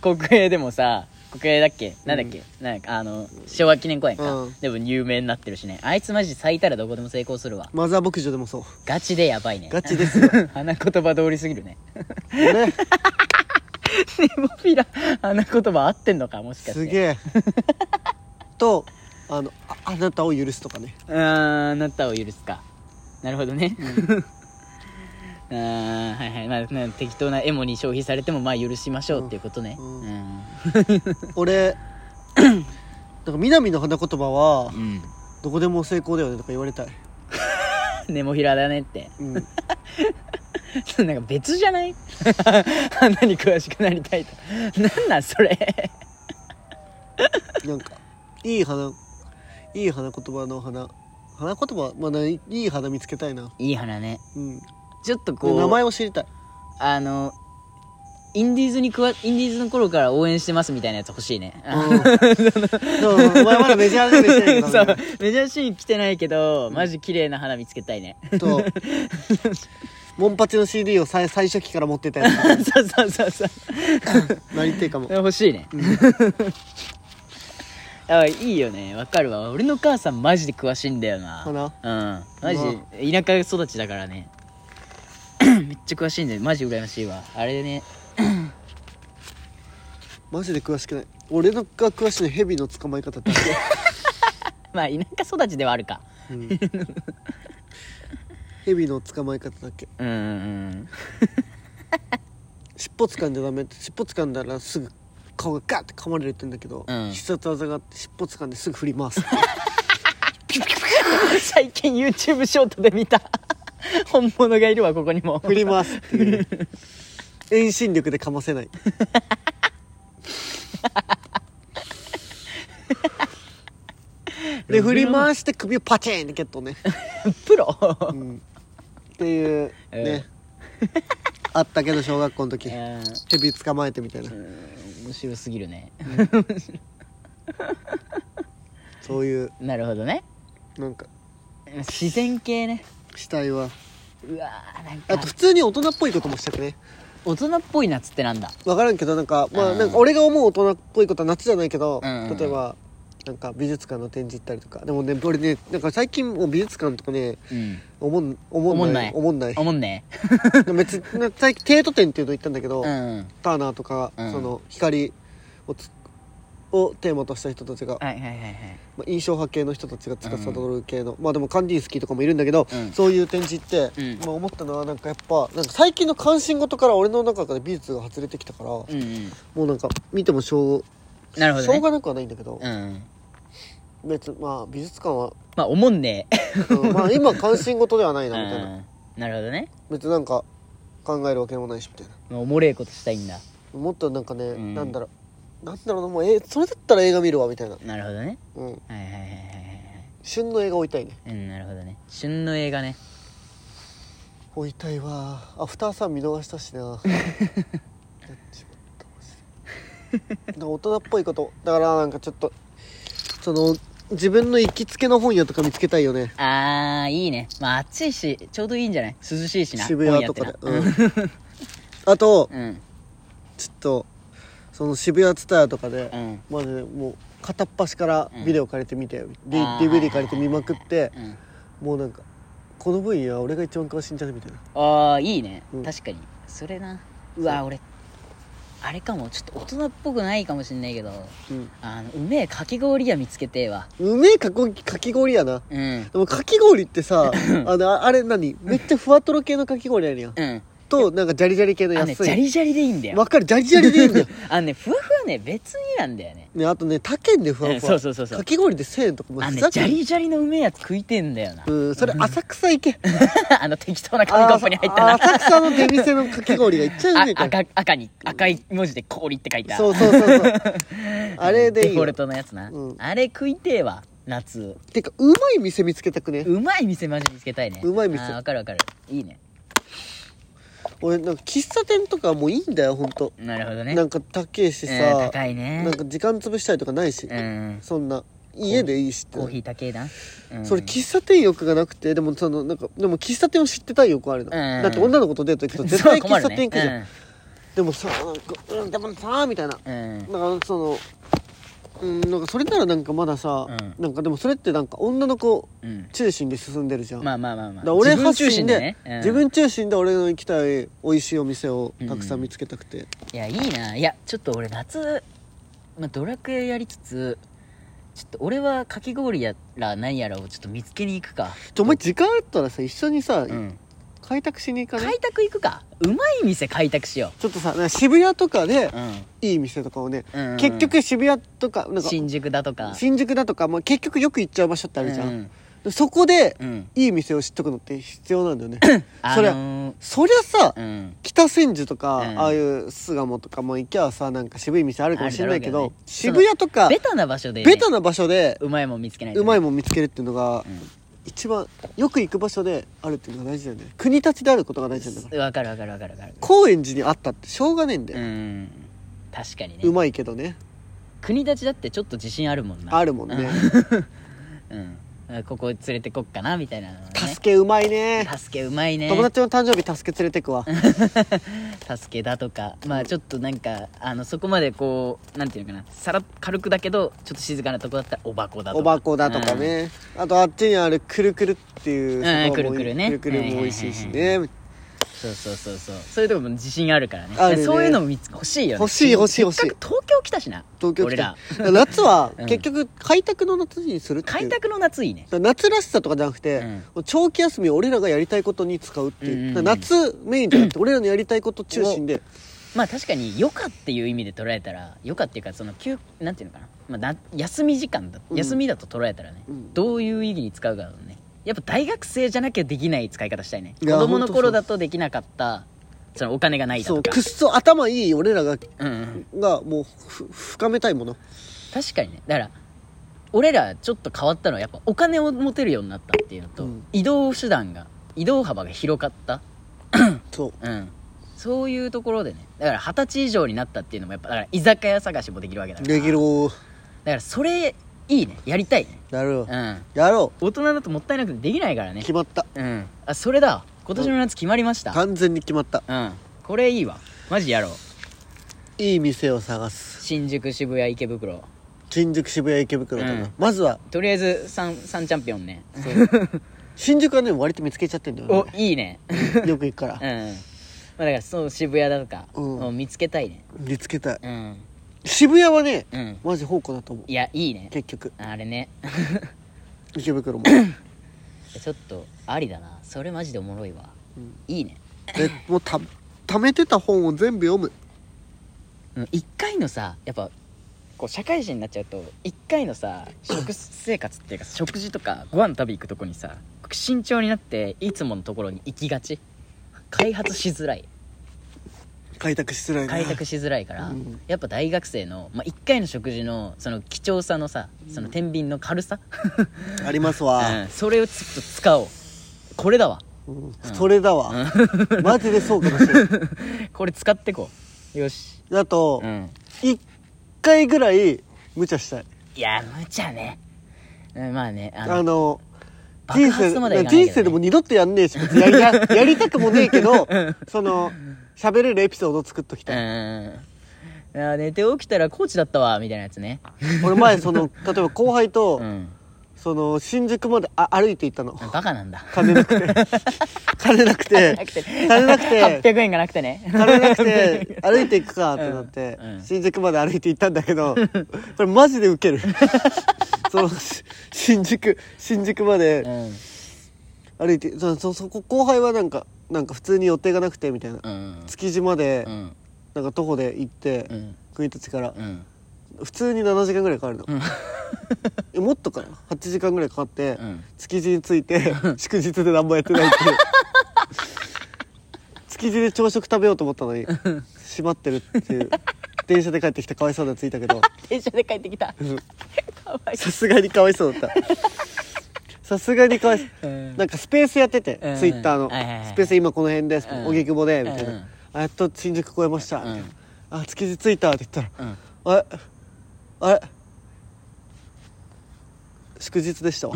Speaker 2: 国営でもさ国営だっけなんだっけ、なんかあの昭和記念公園か、
Speaker 1: うん
Speaker 2: でも有名になってるしねあいつマジ咲いたらどこでも成功するわ
Speaker 1: マザー牧場でもそう
Speaker 2: ガチでやばいね
Speaker 1: ガチです
Speaker 2: *laughs* 花言葉通りすぎるね *laughs*
Speaker 1: ね
Speaker 2: ネモフィラ花言葉合ってんのかもしかして
Speaker 1: すげ
Speaker 2: *laughs*
Speaker 1: えとあのああなたを許すとかね
Speaker 2: うーんあなたを許すかなるほどね、 *laughs* あーはいはいまあな適当なエモに消費されてもまあ許しましょうっていうことね
Speaker 1: うん
Speaker 2: うん
Speaker 1: 俺
Speaker 2: *laughs*
Speaker 1: なんか南の花言葉は
Speaker 2: うん、
Speaker 1: どこでも成功だよねとか言われたい、
Speaker 2: *laughs* ネモフィラだねって *laughs*
Speaker 1: うん、
Speaker 2: なんか別じゃない *laughs* 花に詳しくなりたいと *laughs* なんなんそれ *laughs*
Speaker 1: なんかいい花いい花言葉の花花言葉まあないいい花見つけたいな、
Speaker 2: いい花ね
Speaker 1: うん、
Speaker 2: ちょっとこう
Speaker 1: 名前を知りたい
Speaker 2: あのインディーズにくわインディーズの頃から応援してますみたいなやつ欲しいねあ
Speaker 1: うんそうお前まだメジャーデビューしてないけ
Speaker 2: *laughs* そ
Speaker 1: どね
Speaker 2: うメジャーシーン来てないけどマジ綺麗な花見つけたいね *laughs*
Speaker 1: とモンパチの CD を最最初期から持ってたや
Speaker 2: そうそうそうそう
Speaker 1: つなりてえかも
Speaker 2: *laughs* 欲しいねあいいよねわかるわ俺の母さんマジで詳しいんだよなうんマジ田舎育ちだからね *coughs* めっちゃ詳しいんだよマジ羨ましいわあれね
Speaker 1: マジで詳しくない俺のが詳しいのヘビの捕まえ方だけ、
Speaker 2: まあ田舎育ちではあるか
Speaker 1: うん、ヘビの捕まえ方だけ
Speaker 2: うんうん
Speaker 1: 尻尾掴んじゃダメって尻尾掴んだらすぐ顔がガッて噛まれるって言うんだけど、
Speaker 2: うん
Speaker 1: 必殺技があって尻尾掴んですぐ振り回す
Speaker 2: うん最近 YouTube ショートで見た *laughs* 本物がいるわここにも
Speaker 1: 振り回すっていう遠心力で噛ませないで振り回して首をパチンってゲットね、
Speaker 2: *laughs* プロ、
Speaker 1: うん、っていう
Speaker 2: え
Speaker 1: ね、
Speaker 2: *laughs*
Speaker 1: あったけど小学校の時
Speaker 2: いやー
Speaker 1: 蛇捕まえてみたいな
Speaker 2: 面白すぎるね
Speaker 1: そういう
Speaker 2: なるほどね
Speaker 1: なんか
Speaker 2: 自然系ね
Speaker 1: 死体は
Speaker 2: うわーなん
Speaker 1: あ
Speaker 2: か
Speaker 1: と普通に大人っぽいこともしたくね
Speaker 2: 大人っぽい夏ってなんだ
Speaker 1: 分からんけどなんかまあ
Speaker 2: うん
Speaker 1: なんか俺が思う大人っぽいことは夏じゃないけど、
Speaker 2: うん
Speaker 1: 例えばなんか美術館の展示行ったりとかでもね俺ねなんか最近もう美術館とかね
Speaker 2: うん
Speaker 1: 思ん思んない
Speaker 2: 思
Speaker 1: 思んない
Speaker 2: おもんね
Speaker 1: *laughs* 別にな最近帝都展っていうの行ったんだけど、
Speaker 2: うん
Speaker 1: ターナーとか、
Speaker 2: うん
Speaker 1: その光をつをテーマとした人たちが、
Speaker 2: はいはいはいはい
Speaker 1: まあ、印象派系の人たちが司る系の、まあでもカンディンスキーとかもいるんだけど、
Speaker 2: うん
Speaker 1: そういう展示行って、
Speaker 2: うん
Speaker 1: まあ、思ったのはなんかやっぱなんか最近の関心事から俺の中から美術が外れてきたから、も
Speaker 2: うんうん
Speaker 1: うなんか見てもしょう
Speaker 2: なるほ
Speaker 1: しょう
Speaker 2: どね
Speaker 1: がなくはないんだけど
Speaker 2: う、ん
Speaker 1: 別にまあ美術館は、
Speaker 2: まあおもんね
Speaker 1: うんまあ今関心事ではないなみたいな、
Speaker 2: うんなるほどね
Speaker 1: 別になんか考えるわけでもないしみたいな
Speaker 2: まあおもれえことしたいんだ
Speaker 1: もっとなんかね、
Speaker 2: ん
Speaker 1: なんだろうなんだろうなもうえそれだったら映画見るわみたいな、
Speaker 2: なるほどね
Speaker 1: うん、
Speaker 2: はいはいはいはい
Speaker 1: 旬の映画置いたいね
Speaker 2: はいうんなるほどね旬の映画ね
Speaker 1: 置いたいわアフターさん見逃したし
Speaker 2: *laughs*
Speaker 1: なやっちまったマジでなんか大人っぽいことだからなんかちょっとその自分の行きつけの本屋とか見つけたいよね
Speaker 2: あーいいねまあ暑いしちょうどいいんじゃない涼しいしな
Speaker 1: 渋谷とか
Speaker 2: 今
Speaker 1: で
Speaker 2: 夜っ、
Speaker 1: う、
Speaker 2: てなん
Speaker 1: あと
Speaker 2: うん
Speaker 1: ちょっとその渋谷ツタヤとかで、
Speaker 2: うん
Speaker 1: まずもう片っ端からビデオ借りてみて、で
Speaker 2: あー
Speaker 1: DVD 借りて見まくって
Speaker 2: うん
Speaker 1: もうなんかこの分野俺が一番詳しいんじゃねみたいな
Speaker 2: ああいいね、
Speaker 1: うん
Speaker 2: 確かにそれな
Speaker 1: そう
Speaker 2: うわ俺あれかもちょっと大人っぽくないかもしんないけど
Speaker 1: うん
Speaker 2: あのうめえかき氷屋見つけてえわ
Speaker 1: うめえかこかき氷やな
Speaker 2: うん
Speaker 1: でもかき氷ってさあのああれ何めっちゃふわとろ系のかき氷あるやん
Speaker 2: うん
Speaker 1: となんかジャリジャリ系の
Speaker 2: あのねジ
Speaker 1: 安
Speaker 2: ャ
Speaker 1: い
Speaker 2: リジャリでいいんだよ
Speaker 1: わかるジャリジャリでいいんだよ
Speaker 2: あのねふわふわね別になんだよね
Speaker 1: ねあとね他県でふわ
Speaker 2: うん
Speaker 1: ふわ
Speaker 2: そうそうそうそう
Speaker 1: かき氷で1000円とかもう
Speaker 2: あのね
Speaker 1: ふざ
Speaker 2: ジ
Speaker 1: けん
Speaker 2: ャリジャリのうめえやつ食いてえんだよな、 *laughs*
Speaker 1: うんそれ浅草行け
Speaker 2: あの適当な紙コップに入ったな
Speaker 1: あ浅草の出店のかき氷がいっちゃう
Speaker 2: あ
Speaker 1: ねえから
Speaker 2: 赤赤に赤い文字で氷って書いた
Speaker 1: そうそうそうそう
Speaker 2: *laughs*
Speaker 1: あれでい
Speaker 2: デ
Speaker 1: い
Speaker 2: フォ
Speaker 1: よ
Speaker 2: ルトのやつな、
Speaker 1: うん
Speaker 2: あれ食いてえわ夏
Speaker 1: てかうまい店見つけたくね
Speaker 2: うまい店マジ見つけたいね
Speaker 1: うまい店
Speaker 2: あーわかるわかるいいね
Speaker 1: 俺なんか喫茶店とかもういいんだよほんと
Speaker 2: なるほどね
Speaker 1: なんか高えし
Speaker 2: うん
Speaker 1: さ
Speaker 2: 高いね
Speaker 1: なんか時間潰したりとかないし
Speaker 2: うん
Speaker 1: そんな家でいいしって
Speaker 2: コーヒー高えな、うん、
Speaker 1: それ喫茶店欲がなくてでもそのなんかでも喫茶店を知ってたい欲あるの、
Speaker 2: うん
Speaker 1: だって女の子とデート行くと絶
Speaker 2: そ
Speaker 1: 対
Speaker 2: う困
Speaker 1: 喫
Speaker 2: る
Speaker 1: 茶
Speaker 2: ね
Speaker 1: 店行くじゃん、でもさなんか、うん、でもさみたいな、
Speaker 2: うんうん
Speaker 1: だからそのうんなんかそれならなんかまださ、
Speaker 2: う
Speaker 1: なんかでもそれってなんか女の子
Speaker 2: うん
Speaker 1: 中心で進んでるじゃん、
Speaker 2: まあまあまあま
Speaker 1: だ
Speaker 2: あ
Speaker 1: から俺
Speaker 2: 自分
Speaker 1: 発
Speaker 2: 中
Speaker 1: 信
Speaker 2: 心
Speaker 1: で
Speaker 2: でね、うん
Speaker 1: 自分中心で俺の行きたい美味しいお店をたくさん見つけたくて、
Speaker 2: いやいいないやちょっと俺夏、まあ、ドラクエやりつつちょっと俺はかき氷やら何やらをちょっと見つけに行くか
Speaker 1: ちょお前時間あったらさ一緒にさ、
Speaker 2: うん
Speaker 1: 開拓しに行かない
Speaker 2: 開拓行くかうまい店開拓しよ
Speaker 1: ちょっとさなんか渋谷とかで
Speaker 2: う、うん
Speaker 1: いい店とかをね、
Speaker 2: うんうん
Speaker 1: 結局渋谷とかなんか
Speaker 2: 新宿だとか
Speaker 1: 新宿だとか、まあ、結局よく行っちゃう場所ってあるじゃん、
Speaker 2: うん
Speaker 1: そこで、
Speaker 2: うん
Speaker 1: いい店を知っとくのって必要なんだよね
Speaker 2: あ
Speaker 1: そりゃ、
Speaker 2: のー
Speaker 1: そりゃさ、
Speaker 2: うん
Speaker 1: 北千住とか、
Speaker 2: うん
Speaker 1: ああいう巣鴨とかも行きゃさなんか渋い店あるかもしれないけ
Speaker 2: あ
Speaker 1: ど
Speaker 2: るだろうけどね
Speaker 1: 渋谷とか
Speaker 2: ベタな場所で、ね、
Speaker 1: ベタな場所で
Speaker 2: うまいもん見つけないと
Speaker 1: うまい
Speaker 2: も
Speaker 1: もん見つけるっていうのが、一番よく行く場所であるっていうのが大事だよね国立であることが大事なんだから
Speaker 2: んわかるわかるわかるわかる
Speaker 1: 高円寺にあったってしょうがねえんだ
Speaker 2: う
Speaker 1: よ、
Speaker 2: ん確かにね
Speaker 1: うまいけどね
Speaker 2: 国立だってちょっと自信あるもんな
Speaker 1: あるもんね
Speaker 2: うんうんここ連れてこっかなみたいなのね
Speaker 1: 助けうまいね
Speaker 2: 助けうまいね
Speaker 1: 友達の誕生日助け連れてくわ
Speaker 2: 助けだとかまあちょっとなんかあのそこまでこうなんていうのかなさら軽くだけどちょっと静かなとこだったらおばこだとか
Speaker 1: おばこだとかね、あとあっちにあるくるくるっていう
Speaker 2: うん
Speaker 1: そこも
Speaker 2: くるくるね
Speaker 1: くるくるも美味しいし
Speaker 2: は
Speaker 1: ね
Speaker 2: そうそうそうそうそういうとこも自信あるからね
Speaker 1: あるね
Speaker 2: そういうのも見つ欲しいよね
Speaker 1: 欲しい欲しい欲しい
Speaker 2: せっかく東京来たしな
Speaker 1: 東京来
Speaker 2: 俺
Speaker 1: た
Speaker 2: ら
Speaker 1: 夏は
Speaker 2: うん
Speaker 1: 結局開拓の夏にするってい
Speaker 2: 開
Speaker 1: う
Speaker 2: 拓の夏いいね
Speaker 1: 夏らしさとかじゃなくて、長期休みを俺らがやりたいことに使うって
Speaker 2: うん
Speaker 1: いうう、
Speaker 2: んうん
Speaker 1: 夏メインじゃなくて俺らのやりたいこと中心で
Speaker 2: まあ確かに余暇っていう意味で捉えたら余暇っていうかその休なんていうのかな,、まあ、な休み時間だ
Speaker 1: うん
Speaker 2: 休みだと捉えたらね、
Speaker 1: うん
Speaker 2: どういう意義に使うかだろうねやっぱ大学生じゃなきゃできない使い方したいね
Speaker 1: い
Speaker 2: 子
Speaker 1: や
Speaker 2: 供の頃だとできなかったそのお金がないだ
Speaker 1: そ
Speaker 2: と
Speaker 1: う
Speaker 2: か
Speaker 1: くっそ頭いい俺らが
Speaker 2: うんうん、
Speaker 1: がもうふ深めたいもの
Speaker 2: 確かにねだから俺らちょっと変わったのはやっぱお金を持てるようになったっていうのと、
Speaker 1: うん
Speaker 2: 移動手段が移動幅が広かった
Speaker 1: そう
Speaker 2: うんそういうところでねだから二十歳以上になったっていうのもやっぱだから居酒屋探しもできるわけだから
Speaker 1: できる
Speaker 2: だからそれいいねやりたいね
Speaker 1: やるよ
Speaker 2: うん
Speaker 1: やろ
Speaker 2: 大人だともったいなくてできないから
Speaker 1: う
Speaker 2: ね
Speaker 1: 決まった
Speaker 2: うんあそれだ今年の夏決まりました
Speaker 1: 完全に決まった
Speaker 2: うんこれいいわマジやろう
Speaker 1: いい店を探す
Speaker 2: 新宿渋谷池袋
Speaker 1: 新宿渋谷池袋だな、
Speaker 2: うん
Speaker 1: まずは
Speaker 2: とりあえず 3, 三チャンピオンね
Speaker 1: 新宿はね割と見つけちゃってんだよ
Speaker 2: *laughs* お
Speaker 1: ね
Speaker 2: いいね
Speaker 1: *laughs* よく行くから
Speaker 2: うん、まあ、だからそう渋谷だとか、
Speaker 1: うん
Speaker 2: *laughs* もう見つけたいね
Speaker 1: 見つけたい
Speaker 2: うん
Speaker 1: 渋谷はね
Speaker 2: うん
Speaker 1: マジ宝庫だと思う
Speaker 2: いやいいね
Speaker 1: 結局
Speaker 2: あれね
Speaker 1: 池
Speaker 2: *laughs*
Speaker 1: 袋も
Speaker 2: ちょっとありだなそれマジでおもろいわ、
Speaker 1: うん
Speaker 2: いいね
Speaker 1: でもうた貯めてた本を全部読む
Speaker 2: うん一回のさやっぱこう社会人になっちゃうと一回のさ食生活っていう
Speaker 1: *clears throat*
Speaker 2: か食事とかご飯食べ行くとこにさ慎重になっていつものところに行きがち開発しづらい
Speaker 1: 開拓しづらいな
Speaker 2: 開拓しづらいから、
Speaker 1: うん
Speaker 2: やっぱ大学生の、まあ、1回の食事のその貴重さのさその天秤の軽さ、
Speaker 1: *laughs* あります
Speaker 2: う
Speaker 1: わ、
Speaker 2: んそれをちょっと使おうこれだわ
Speaker 1: うんそれだわ、 *laughs* マジでそうかもしれない
Speaker 2: これ使ってこうよし *laughs*
Speaker 1: だと、
Speaker 2: うん
Speaker 1: 一回ぐらい無茶したい
Speaker 2: いや無茶ねうんまあねあの
Speaker 1: あの
Speaker 2: 爆
Speaker 1: 人生
Speaker 2: 発まではいかないけどね
Speaker 1: 人生でも二度とやんねえし別に
Speaker 2: *laughs*
Speaker 1: やりややりたくもねえけどその喋れるエピソードを作っとき
Speaker 2: うん
Speaker 1: たい、
Speaker 2: うんあー寝て起きたらコーチだったわみたいなやつね
Speaker 1: 俺前その例えば後輩と、
Speaker 2: うん
Speaker 1: その新宿まであ歩いて行ったの
Speaker 2: バカなんだ
Speaker 1: 金な
Speaker 2: *laughs*
Speaker 1: くて金なくて金なくて
Speaker 2: 800円がなくてね
Speaker 1: 金なくて歩いていくかってなって、
Speaker 2: うんうん
Speaker 1: 新宿まで歩いて行ったんだけどこれマジでウ
Speaker 2: *laughs*
Speaker 1: ケるそのし新宿新宿ま
Speaker 2: う
Speaker 1: で
Speaker 2: ん
Speaker 1: 歩いてそそそこ後輩はなんかなんか普通に予定がなくてみたいな、
Speaker 2: うん
Speaker 1: 築地まで
Speaker 2: うん
Speaker 1: なんか徒歩で行って、
Speaker 2: うん
Speaker 1: 国立から
Speaker 2: うん
Speaker 1: 普通に7時間ぐらいかかるの、えもっとかな8時間ぐらいかかって、
Speaker 2: うん
Speaker 1: 築地に着い
Speaker 2: *laughs*
Speaker 1: て祝日で何もやってないっていう築地で朝食食べようと思ったのに閉まってるっていう電車で帰ってきてかわいそうなやついた
Speaker 2: *laughs*
Speaker 1: けど
Speaker 2: 電車で帰ってきた
Speaker 1: うん
Speaker 2: かわい
Speaker 1: さすがにかわいそうだったさすがにかわいそう
Speaker 2: そううん
Speaker 1: なんかスペースやってて、
Speaker 2: うん
Speaker 1: ツイッターの、
Speaker 2: はいはいはい
Speaker 1: スペース今この辺です、
Speaker 2: うん
Speaker 1: 荻窪でみたいな、
Speaker 2: うん
Speaker 1: あやっと新宿越えました、
Speaker 2: うん
Speaker 1: あ築地着いたって言ったら
Speaker 2: うん
Speaker 1: あれあれ祝日で
Speaker 2: *laughs*
Speaker 1: したわ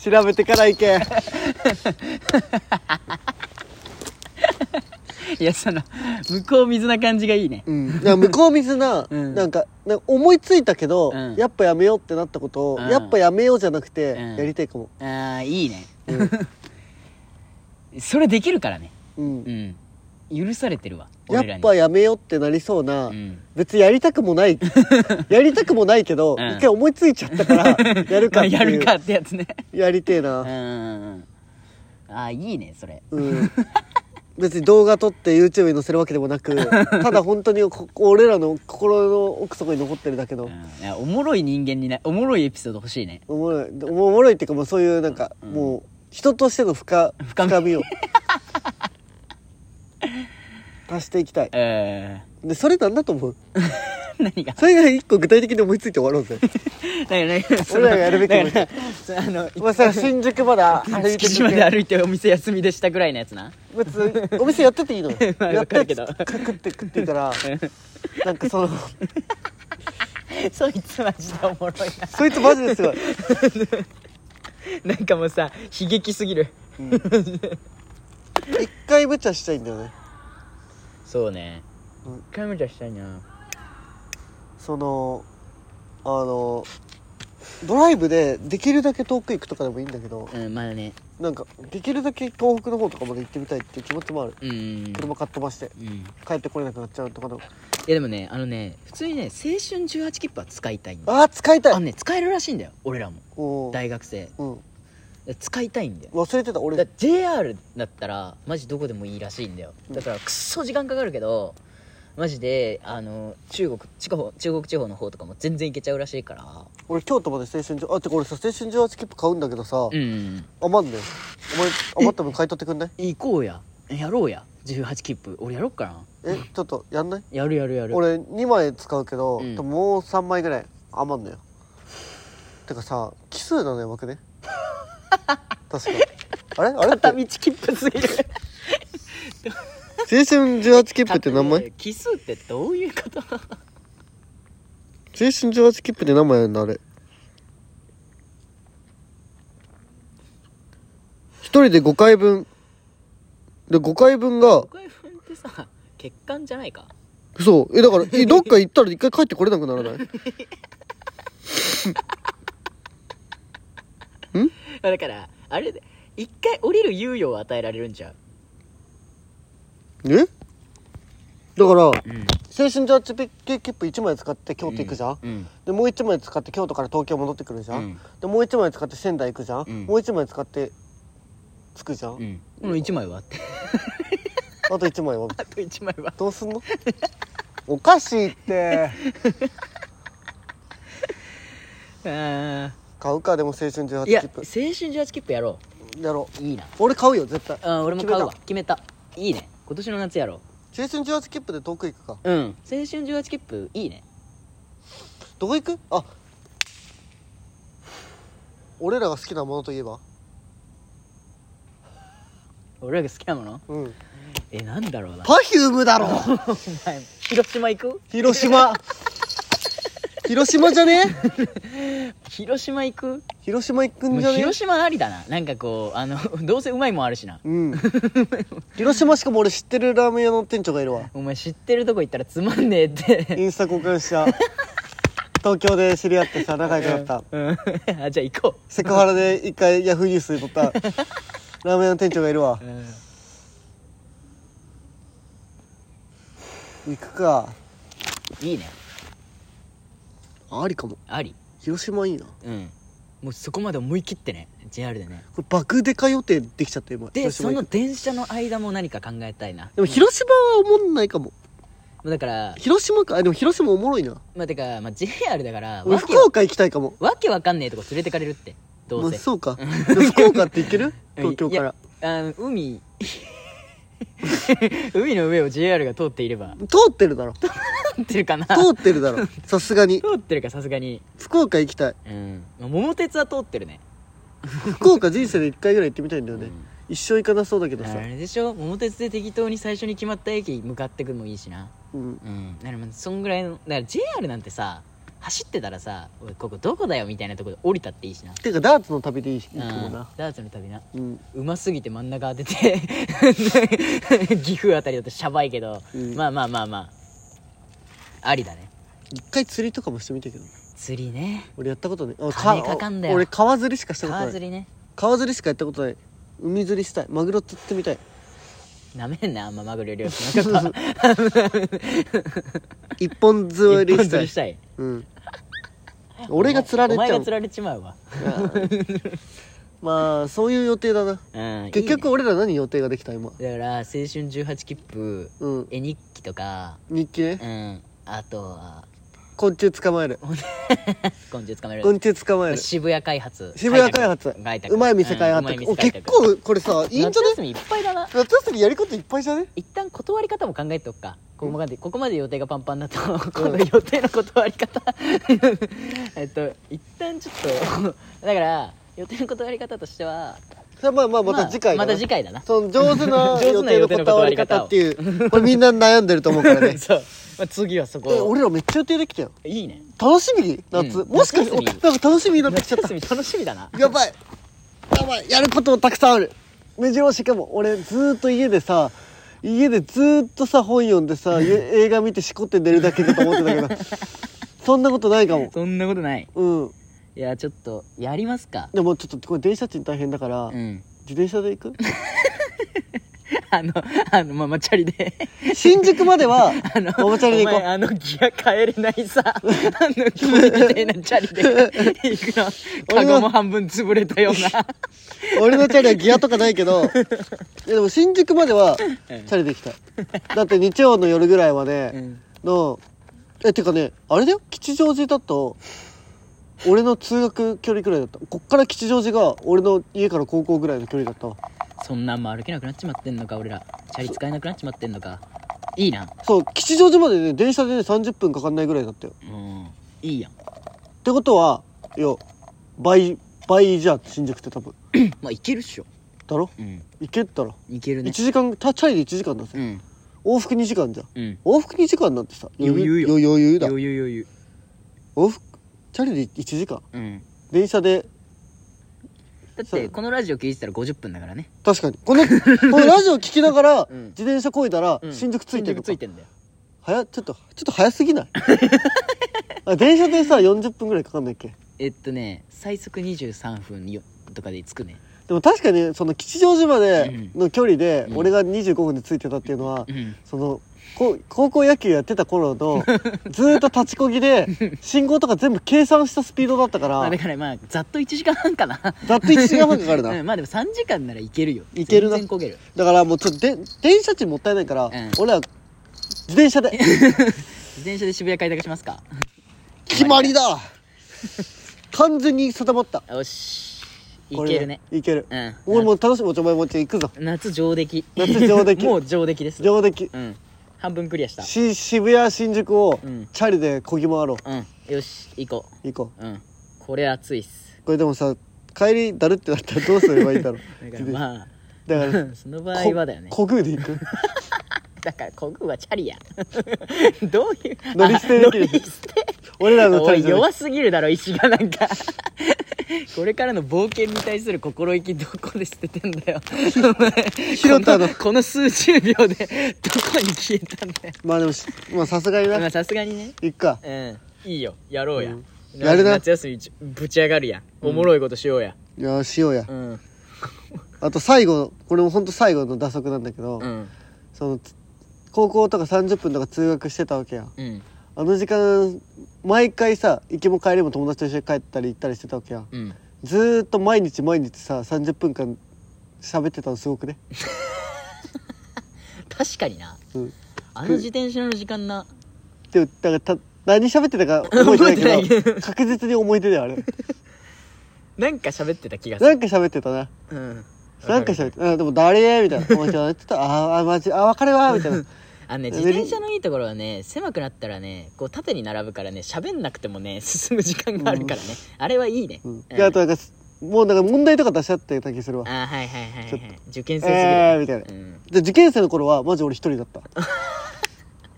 Speaker 1: 調べてから行け
Speaker 2: いやその向こう水な感じがいいね
Speaker 1: うん、だから向こう水な,、
Speaker 2: うん
Speaker 1: なんかなんか思いついたけど、
Speaker 2: うん
Speaker 1: やっぱやめようってなったことを、
Speaker 2: うん
Speaker 1: やっぱやめようじゃなくて、
Speaker 2: うん
Speaker 1: やりたいかも、
Speaker 2: ああいいね
Speaker 1: うん
Speaker 2: *laughs* それできるからね
Speaker 1: うん
Speaker 2: うん許されてるわ俺ら
Speaker 1: やっ
Speaker 2: に
Speaker 1: ぱやめようってなりそうな、
Speaker 2: うん
Speaker 1: 別にやりたくも
Speaker 2: *laughs*
Speaker 1: ないやりたくもないけど、
Speaker 2: うん
Speaker 1: 一回思いついちゃったからやるか
Speaker 2: *laughs* ま
Speaker 1: ってい
Speaker 2: あ
Speaker 1: う
Speaker 2: やるかってやつね
Speaker 1: やりてえ
Speaker 2: うん
Speaker 1: な、
Speaker 2: うんうんああいいねそれ
Speaker 1: うん、別に動画撮って YouTube に載せるわけでもな
Speaker 2: *laughs*
Speaker 1: くただ本当にこ俺らの心の奥底に残ってるだけ
Speaker 2: う
Speaker 1: の
Speaker 2: んいやおもろい人間になおもろいエピソード欲しいね
Speaker 1: おもろいおもろいっていうかもうそういうなんか、
Speaker 2: うん
Speaker 1: もう人としての深
Speaker 2: 深み
Speaker 1: 深
Speaker 2: *laughs*
Speaker 1: みを足していきたい
Speaker 2: うん
Speaker 1: でそれなんだと思う
Speaker 2: *laughs* 何が
Speaker 1: それが一個具体的に思いついて終わろう
Speaker 2: *laughs*
Speaker 1: ぜ
Speaker 2: だからねその
Speaker 1: 俺らがやるべきも
Speaker 2: だからそのあの
Speaker 1: まあさ新宿まで歩いて
Speaker 2: 敷
Speaker 1: て
Speaker 2: 島で歩いてお店休みでしたぐらいのやつな *laughs*
Speaker 1: 別にお店やってていいのよ
Speaker 2: まあ
Speaker 1: や
Speaker 2: わ
Speaker 1: っ
Speaker 2: か
Speaker 1: てて
Speaker 2: るけど
Speaker 1: 食って食ってた
Speaker 2: *laughs*
Speaker 1: らなんかその
Speaker 2: そいつマジでおもろい
Speaker 1: そいつマジですごい
Speaker 2: *laughs* ななんかもうさ悲劇すぎる
Speaker 1: 一回無茶したいんだよね
Speaker 2: そうね
Speaker 1: うん
Speaker 2: 一回無茶したいな
Speaker 1: そのあのドライブでできるだけ遠く行くとかでもいいんだけど
Speaker 2: うんまだね
Speaker 1: なんかできるだけ東北の方とかまで行ってみたいっていう気持ちもある
Speaker 2: うん
Speaker 1: 車かっ飛ばして
Speaker 2: うんい
Speaker 1: 帰ってこれなくなっちゃうとかの
Speaker 2: やでもねあのね普通にね青春18切符は使いたいんだ
Speaker 1: ああ使いた
Speaker 2: あの
Speaker 1: い
Speaker 2: ね使えるらしいんだよ俺らも
Speaker 1: おー
Speaker 2: 大学生
Speaker 1: うん
Speaker 2: 使いたいんだよ
Speaker 1: 忘れてた俺
Speaker 2: だ JR だったらマジどこでもいいらしいんだよだからくっそ時間かかるけどマジであの中国地方中国地方の方とかも全然行けちゃうらしいから
Speaker 1: 俺京都まで青春18あてか俺さ青春18切符買うんだけどさ
Speaker 2: うん
Speaker 1: 余んねお前余った分買い取ってくんない
Speaker 2: 行こうややろうや18切符俺やろっかな
Speaker 1: えちょっとやんない
Speaker 2: やるやるやる
Speaker 1: 俺2枚使うけど、
Speaker 2: うん
Speaker 1: でももう3枚ぐらい余んのよてかさ奇数なのやばく
Speaker 2: *laughs*
Speaker 1: ね確かあれあれって
Speaker 2: 片
Speaker 1: 青
Speaker 2: 道切符すぎる
Speaker 1: 春18切符って何枚青春
Speaker 2: 奇数ってどういうこと
Speaker 1: 18切符って何枚あるんだあれ一人で5回分で5回分が
Speaker 2: 5回分ってさ欠陥じゃないか
Speaker 1: そうえだからえどっか行ったら一回帰ってこれなくならない
Speaker 2: *laughs* だからあれで一回降りる猶予を与えられるんじゃん
Speaker 1: えだから
Speaker 2: う
Speaker 1: 青
Speaker 2: ん
Speaker 1: 春18切符1枚使って京都行くじゃん、
Speaker 2: うん
Speaker 1: でもう1枚使って京都から東京戻ってくるじ
Speaker 2: う
Speaker 1: ゃん、
Speaker 2: ん
Speaker 1: でもう1枚使って仙台行くじゃん、
Speaker 2: うん
Speaker 1: もう1枚使って着くじゃん、
Speaker 2: うんこの1枚はあって
Speaker 1: あと1枚は
Speaker 2: *laughs* あと1枚は
Speaker 1: どうすんのおかしいって
Speaker 2: あ
Speaker 1: 買うかでも青春18
Speaker 2: ーいや
Speaker 1: 切
Speaker 2: 青春18切符やろ
Speaker 1: 符やろ
Speaker 2: ういいな
Speaker 1: う俺買うよ絶対青
Speaker 2: あー俺も買うわ決めたいいね今年の夏やろ
Speaker 1: 春18切符で遠く行くか
Speaker 2: ううん青春18切符いいね
Speaker 1: どこ行くあ俺らが好きなものといえば
Speaker 2: 俺らが好きなもの
Speaker 1: うん
Speaker 2: えなんだろうな
Speaker 1: パフュームだろ *laughs*
Speaker 2: お前広島行く
Speaker 1: 広島 *laughs* 広島じゃね *laughs*
Speaker 2: 広島行く
Speaker 1: 広島行くんじ
Speaker 2: も
Speaker 1: ゃ
Speaker 2: う
Speaker 1: ね
Speaker 2: 広島ありだななんかこうあの *laughs* どうせうまいもんあるしな
Speaker 1: うん *laughs* 広島しかも俺知ってるラーメン屋の店長がいる *laughs* わ
Speaker 2: お前知ってるとこ行ったらつまんねえって
Speaker 1: インスタ交換した東京で知り合ってさ仲良くなった
Speaker 2: うんあじゃあ行こ
Speaker 1: *laughs* セクハラで一回ヤフーニュースで撮ったラーメン屋の店長がいるわ
Speaker 2: う、うん
Speaker 1: 行くか
Speaker 2: いいね
Speaker 1: ありかも
Speaker 2: あり
Speaker 1: 広島いいなこ
Speaker 2: うんもうそこまで思い切ってね JR でね
Speaker 1: れ爆デカ予定できちゃった今
Speaker 2: で
Speaker 1: 広島
Speaker 2: そ
Speaker 1: 行
Speaker 2: の
Speaker 1: く
Speaker 2: 電車の間も何か考えたいな
Speaker 1: でも広島はおもんないかも
Speaker 2: だから
Speaker 1: 広島かあでも広島おもろいな
Speaker 2: まあてか、まあ、JR だから
Speaker 1: 俺
Speaker 2: わけ
Speaker 1: 福岡行きたいかも
Speaker 2: わけわかんねえとこ連れてかれるってど
Speaker 1: ま
Speaker 2: う
Speaker 1: あ
Speaker 2: せ、
Speaker 1: そうかでも福岡って行け *laughs* る
Speaker 2: うん
Speaker 1: 東京から
Speaker 2: いやあの海 *laughs* 海の上を JR が通っていれば
Speaker 1: 通ってるだろ通
Speaker 2: 通ってるかな
Speaker 1: ってるだろさすがに
Speaker 2: 通ってるかさすがに
Speaker 1: 福岡行きたい
Speaker 2: うんまあ桃鉄は通ってるね
Speaker 1: 福岡人生で1回ぐらい行ってみたいんだよね、
Speaker 2: うん
Speaker 1: 一生行かなそうだけど
Speaker 2: あ
Speaker 1: さ、
Speaker 2: れでしょ桃鉄で適当に最初に決まった駅向かってくのもいいしな
Speaker 1: うん、
Speaker 2: うんだからまあそんぐらいのだから JR なんてさ走ってたらさ「おいここどこだよ」みたいなとこで降りたっていいしな
Speaker 1: ていうかダーツの旅でいい行く
Speaker 2: うん
Speaker 1: もんな、
Speaker 2: ダーツの旅な
Speaker 1: うん
Speaker 2: うますぎて真ん中当てて *laughs* 岐阜あたりだとシャバいけど、
Speaker 1: うん
Speaker 2: まあまあまあまあありだね
Speaker 1: 一回釣りとかもしてみたけど
Speaker 2: 釣りね
Speaker 1: 俺やったことないあ
Speaker 2: 金かかんだよ
Speaker 1: 俺川釣りしかしたことない
Speaker 2: 川
Speaker 1: 川釣
Speaker 2: 釣りね
Speaker 1: りしかやったことない海釣りしたいマグロ釣ってみたい
Speaker 2: なめんなあんまマグロ漁師の
Speaker 1: *laughs*
Speaker 2: こと
Speaker 1: 一本釣り
Speaker 2: 一本
Speaker 1: した
Speaker 2: 釣
Speaker 1: い
Speaker 2: りしたい
Speaker 1: うん俺が釣られ
Speaker 2: お前
Speaker 1: ちゃ
Speaker 2: が
Speaker 1: う
Speaker 2: 釣られちまうわ
Speaker 1: まあそういう予定だな
Speaker 2: うん
Speaker 1: 結
Speaker 2: い
Speaker 1: 局俺ら何予定ができた今
Speaker 2: いねだから青春18切符
Speaker 1: うん
Speaker 2: 絵日記とか
Speaker 1: 日記ね
Speaker 2: うんあとは *laughs*
Speaker 1: 昆虫捕まえる
Speaker 2: 昆虫捕まえ
Speaker 1: 昆
Speaker 2: る
Speaker 1: 虫捕まえる
Speaker 2: 渋谷開発
Speaker 1: 渋谷開発
Speaker 2: 開拓
Speaker 1: うまい店開発
Speaker 2: うんうまい
Speaker 1: お
Speaker 2: 店開拓
Speaker 1: 結構これさいいんじゃ
Speaker 2: 夏
Speaker 1: ね
Speaker 2: 休みいっぱいだな
Speaker 1: 夏休みやることいっぱいじゃね
Speaker 2: 一旦断り方も考えておくかここまでここまで予定がパンパンだと今度予定の断り方 *laughs* えっと一旦ちょっとだから予定の断り方としては
Speaker 1: じゃあまあまあまた次回だ
Speaker 2: まあ
Speaker 1: な
Speaker 2: また次回だな
Speaker 1: その上手
Speaker 2: *laughs*
Speaker 1: な
Speaker 2: 上
Speaker 1: 予定
Speaker 2: 手な
Speaker 1: の
Speaker 2: 予定の
Speaker 1: 断り方っていうこれみんな悩んでると思うからね
Speaker 2: *laughs* そう、まあ、次はそ
Speaker 1: え
Speaker 2: こ
Speaker 1: 俺らめっちゃ予定できたよ
Speaker 2: いいね
Speaker 1: 楽しみ夏、
Speaker 2: うん
Speaker 1: もしかしてお
Speaker 2: 夏休
Speaker 1: なん
Speaker 2: み
Speaker 1: か楽しみになってきちゃっ
Speaker 2: 夏休み楽しみだな
Speaker 1: たやばいやばいやることもたくさんある目白押しかも俺ずーっと家でさ家でずーっとさ本読んで
Speaker 2: *laughs*
Speaker 1: さゆ映画見てしこって寝るだけだと思ってたけどそんなことないかも
Speaker 2: そんなことない
Speaker 1: うん
Speaker 2: いやちょっとやりますか
Speaker 1: でもちょっとこれ電車賃大変だから、
Speaker 2: うん *laughs*
Speaker 1: 自転車で行く *laughs*
Speaker 2: あのあのまあまあチャリで
Speaker 1: 新宿までは
Speaker 2: *laughs* あの
Speaker 1: おもちゃで行こ
Speaker 2: お前あのギア変えれないさあのギアみたいなチャリで行くのカ
Speaker 1: 俺は
Speaker 2: ゴも半分潰れたような
Speaker 1: う俺のチャリはギアとかないけ
Speaker 2: *laughs*
Speaker 1: どいやでも新宿まではチャリで行きたいだって日曜の夜ぐらいまで、
Speaker 2: うん
Speaker 1: のえてかねあれだよ吉祥寺だと俺の通学距離くらいだったこっから吉祥寺が俺の家から高校ぐらいの距離だったわ
Speaker 2: そんなんも歩けなくなっちまってんのか俺らチャリ使えなくなっちまってんのかいいな
Speaker 1: そう吉祥寺までね電車でね30分かかんないぐらいだったよ
Speaker 2: *clears throat* うんいいやん
Speaker 1: ってことはいや倍倍じゃん新宿って多分
Speaker 2: まあいけるっしょ
Speaker 1: だろ
Speaker 2: うん
Speaker 1: 行けったら
Speaker 2: いける
Speaker 1: 1
Speaker 2: ね
Speaker 1: 時間たチャリで1時間だ
Speaker 2: う
Speaker 1: ぜ、
Speaker 2: ん
Speaker 1: 往復2時間じゃん
Speaker 2: うん
Speaker 1: 往復2時間なんてさ
Speaker 2: 余裕よ
Speaker 1: 余余裕だ
Speaker 2: 余裕余裕
Speaker 1: 往復チャリで1時間
Speaker 2: うん
Speaker 1: 電車で
Speaker 2: だっ
Speaker 1: そ
Speaker 2: て
Speaker 1: う
Speaker 2: このラジオ聞いてたら50分だからね
Speaker 1: 確かに *laughs* このこのラジオ聞きながら
Speaker 2: *laughs* うん
Speaker 1: 自転車こいだら
Speaker 2: うん
Speaker 1: 新宿ついてるの
Speaker 2: 新宿
Speaker 1: か
Speaker 2: ついてんだよ
Speaker 1: 早ちょっとちょっと早すぎない *laughs* あ電車でさ40分ぐらいかかんないっけ
Speaker 2: えっとね最速23分よとかで着くね
Speaker 1: でも確かにその吉祥寺までの距離で
Speaker 2: うん
Speaker 1: 俺が25分でついてたっていうのは
Speaker 2: うん
Speaker 1: そのこう高校野球やってた
Speaker 2: *laughs*
Speaker 1: 頃のずーっと立ちこぎで信号とか全部計算したスピードだったか
Speaker 2: まあ
Speaker 1: ら
Speaker 2: だからまあざっと1時間半かな
Speaker 1: ざっと1時間半かかるな
Speaker 2: うんまあでも3時間ならいけるよ
Speaker 1: いけるな
Speaker 2: 全然焦げる
Speaker 1: だからもうちょっとで電車賃もったいないから、
Speaker 2: ん
Speaker 1: 俺は自転
Speaker 2: *laughs*
Speaker 1: 車で
Speaker 2: 自転車で渋谷開拓しますか
Speaker 1: 決まりだ完全に定まった
Speaker 2: よしい
Speaker 1: これ
Speaker 2: けるね
Speaker 1: いける、
Speaker 2: うん
Speaker 1: 俺もう楽しみおちょまいもち行くぞ
Speaker 2: 夏上出来
Speaker 1: 夏上出来
Speaker 2: *laughs* もう上出来です
Speaker 1: 上出来
Speaker 2: うん半分クリアした
Speaker 1: し渋谷新宿を
Speaker 2: うん
Speaker 1: チャリでこぎ回ろう
Speaker 2: うんよし行こ
Speaker 1: 行こ
Speaker 2: ううんこれ暑いっす
Speaker 1: うこれでもさ帰りだるってなったらどうすればいいんだろう
Speaker 2: *laughs* だからま
Speaker 1: だ
Speaker 2: あ
Speaker 1: から
Speaker 2: そ *laughs* の場合はだよね
Speaker 1: ここぐで行く
Speaker 2: だからこぐはチャリや *laughs* どういう
Speaker 1: 乗り捨てできる
Speaker 2: あ乗り捨て
Speaker 1: 俺らのチ
Speaker 2: お
Speaker 1: ャリ
Speaker 2: い
Speaker 1: じゃない
Speaker 2: 弱すぎるだろ石がなんかこれからの冒険に対する心意気どこで捨ててん
Speaker 1: *laughs*
Speaker 2: だよ
Speaker 1: 広田の
Speaker 2: このこの数十秒でどこに消えたんだよ
Speaker 1: まあでもしまあさすがに
Speaker 2: ま
Speaker 1: な
Speaker 2: あさすがにね
Speaker 1: 行くか
Speaker 2: うんいいよやろうや、
Speaker 1: うんやるな
Speaker 2: 夏休みちぶち上がるやおもろいことしようや
Speaker 1: いやしようや
Speaker 2: うん
Speaker 1: あと最後これもほんと最後の打足なんだけど、
Speaker 2: うん
Speaker 1: そのつ高校とか30分とか通学してたわけやん
Speaker 2: うん
Speaker 1: あの時間毎回さ行きも帰りも友達と一緒に帰ったり行ったりしてたわけやん
Speaker 2: うん
Speaker 1: ずーっと毎日毎日さ30分間喋ってたのすごくね、
Speaker 2: 確かにな
Speaker 1: うん、
Speaker 2: あの自転車の時間な
Speaker 1: でもだからた何喋ってたか覚えてない
Speaker 2: 覚
Speaker 1: けど確実に思い出だよあれ
Speaker 2: なんか喋ってた気がす
Speaker 1: な
Speaker 2: る
Speaker 1: んか喋ってたな
Speaker 2: うん
Speaker 1: なんか喋ってたあでも誰みたいな友達はちょっとあーあマジあ別れはみたいな *laughs*
Speaker 2: あのね自転車のいいところはね狭くなったらねこう縦に並ぶからね喋んなくてもね *laughs* 進む時間があるからね、あれはいいね、
Speaker 1: うん
Speaker 2: うん
Speaker 1: であとなんかすもうなんか問題とか出し合ってた気するわ
Speaker 2: あーはいはいはい、
Speaker 1: ちょ
Speaker 2: は
Speaker 1: っ
Speaker 2: い、受験生すぎる、
Speaker 1: えーみたいなで受験生の頃はマジ俺一人だった
Speaker 2: *laughs*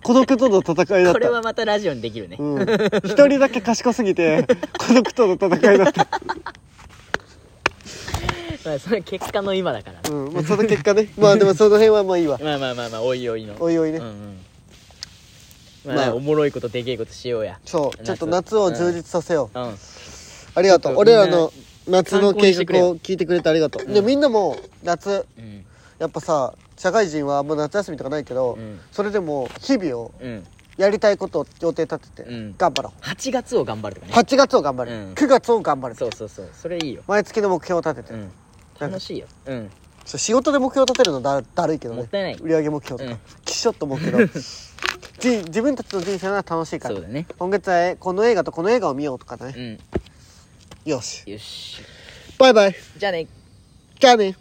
Speaker 1: 孤独との戦い
Speaker 2: うん
Speaker 1: だった
Speaker 2: これはまたラジオにできるね、
Speaker 1: うん一人だけ賢すぎ
Speaker 2: *laughs*
Speaker 1: て孤独との戦いだった、
Speaker 2: まあそれは結果の今だから、
Speaker 1: うんまあ、その結果
Speaker 2: *laughs*
Speaker 1: ねまあでもその辺はまあいいわ
Speaker 2: まあまあまあまあおいおいの
Speaker 1: おいおいね、
Speaker 2: うんうんまあ、
Speaker 1: まあ
Speaker 2: おもろいことでけえことしようや
Speaker 1: そうちょっと夏
Speaker 2: 夏
Speaker 1: を充実させよう、
Speaker 2: うん
Speaker 1: ありがと
Speaker 2: ち
Speaker 1: う
Speaker 2: ょっと
Speaker 1: 俺
Speaker 2: みん
Speaker 1: ら
Speaker 2: な
Speaker 1: の夏の
Speaker 2: 参考に
Speaker 1: 計
Speaker 2: してくれよ
Speaker 1: 画を聞いてくれてありがとう、でみんなも夏
Speaker 2: うん
Speaker 1: やっぱさ社会人はあんま夏休みとかないけど、
Speaker 2: うん
Speaker 1: それでも日々を
Speaker 2: うん
Speaker 1: やりたいことを予定立てて
Speaker 2: うん
Speaker 1: 頑張ろ
Speaker 2: 8月を頑張るとか
Speaker 1: う
Speaker 2: ね
Speaker 1: 8月を頑張る、
Speaker 2: うん
Speaker 1: 9月を頑張る
Speaker 2: そうそうそうそれいいよ、
Speaker 1: 毎月の目標を立てて、
Speaker 2: うん、楽しいようん
Speaker 1: そう仕事で目標立てるのだだるいけどね
Speaker 2: もったいない
Speaker 1: 売上目標と
Speaker 2: うん
Speaker 1: か、きしょっと思うけ
Speaker 2: *laughs*
Speaker 1: どじ自分たちの人生なら楽しいか
Speaker 2: そ
Speaker 1: ら
Speaker 2: うだね
Speaker 1: 今月はこの映画とこの映画を見ようとかね
Speaker 2: う、ん
Speaker 1: よし
Speaker 2: よし
Speaker 1: バイバイ
Speaker 2: じゃあね
Speaker 1: じゃあね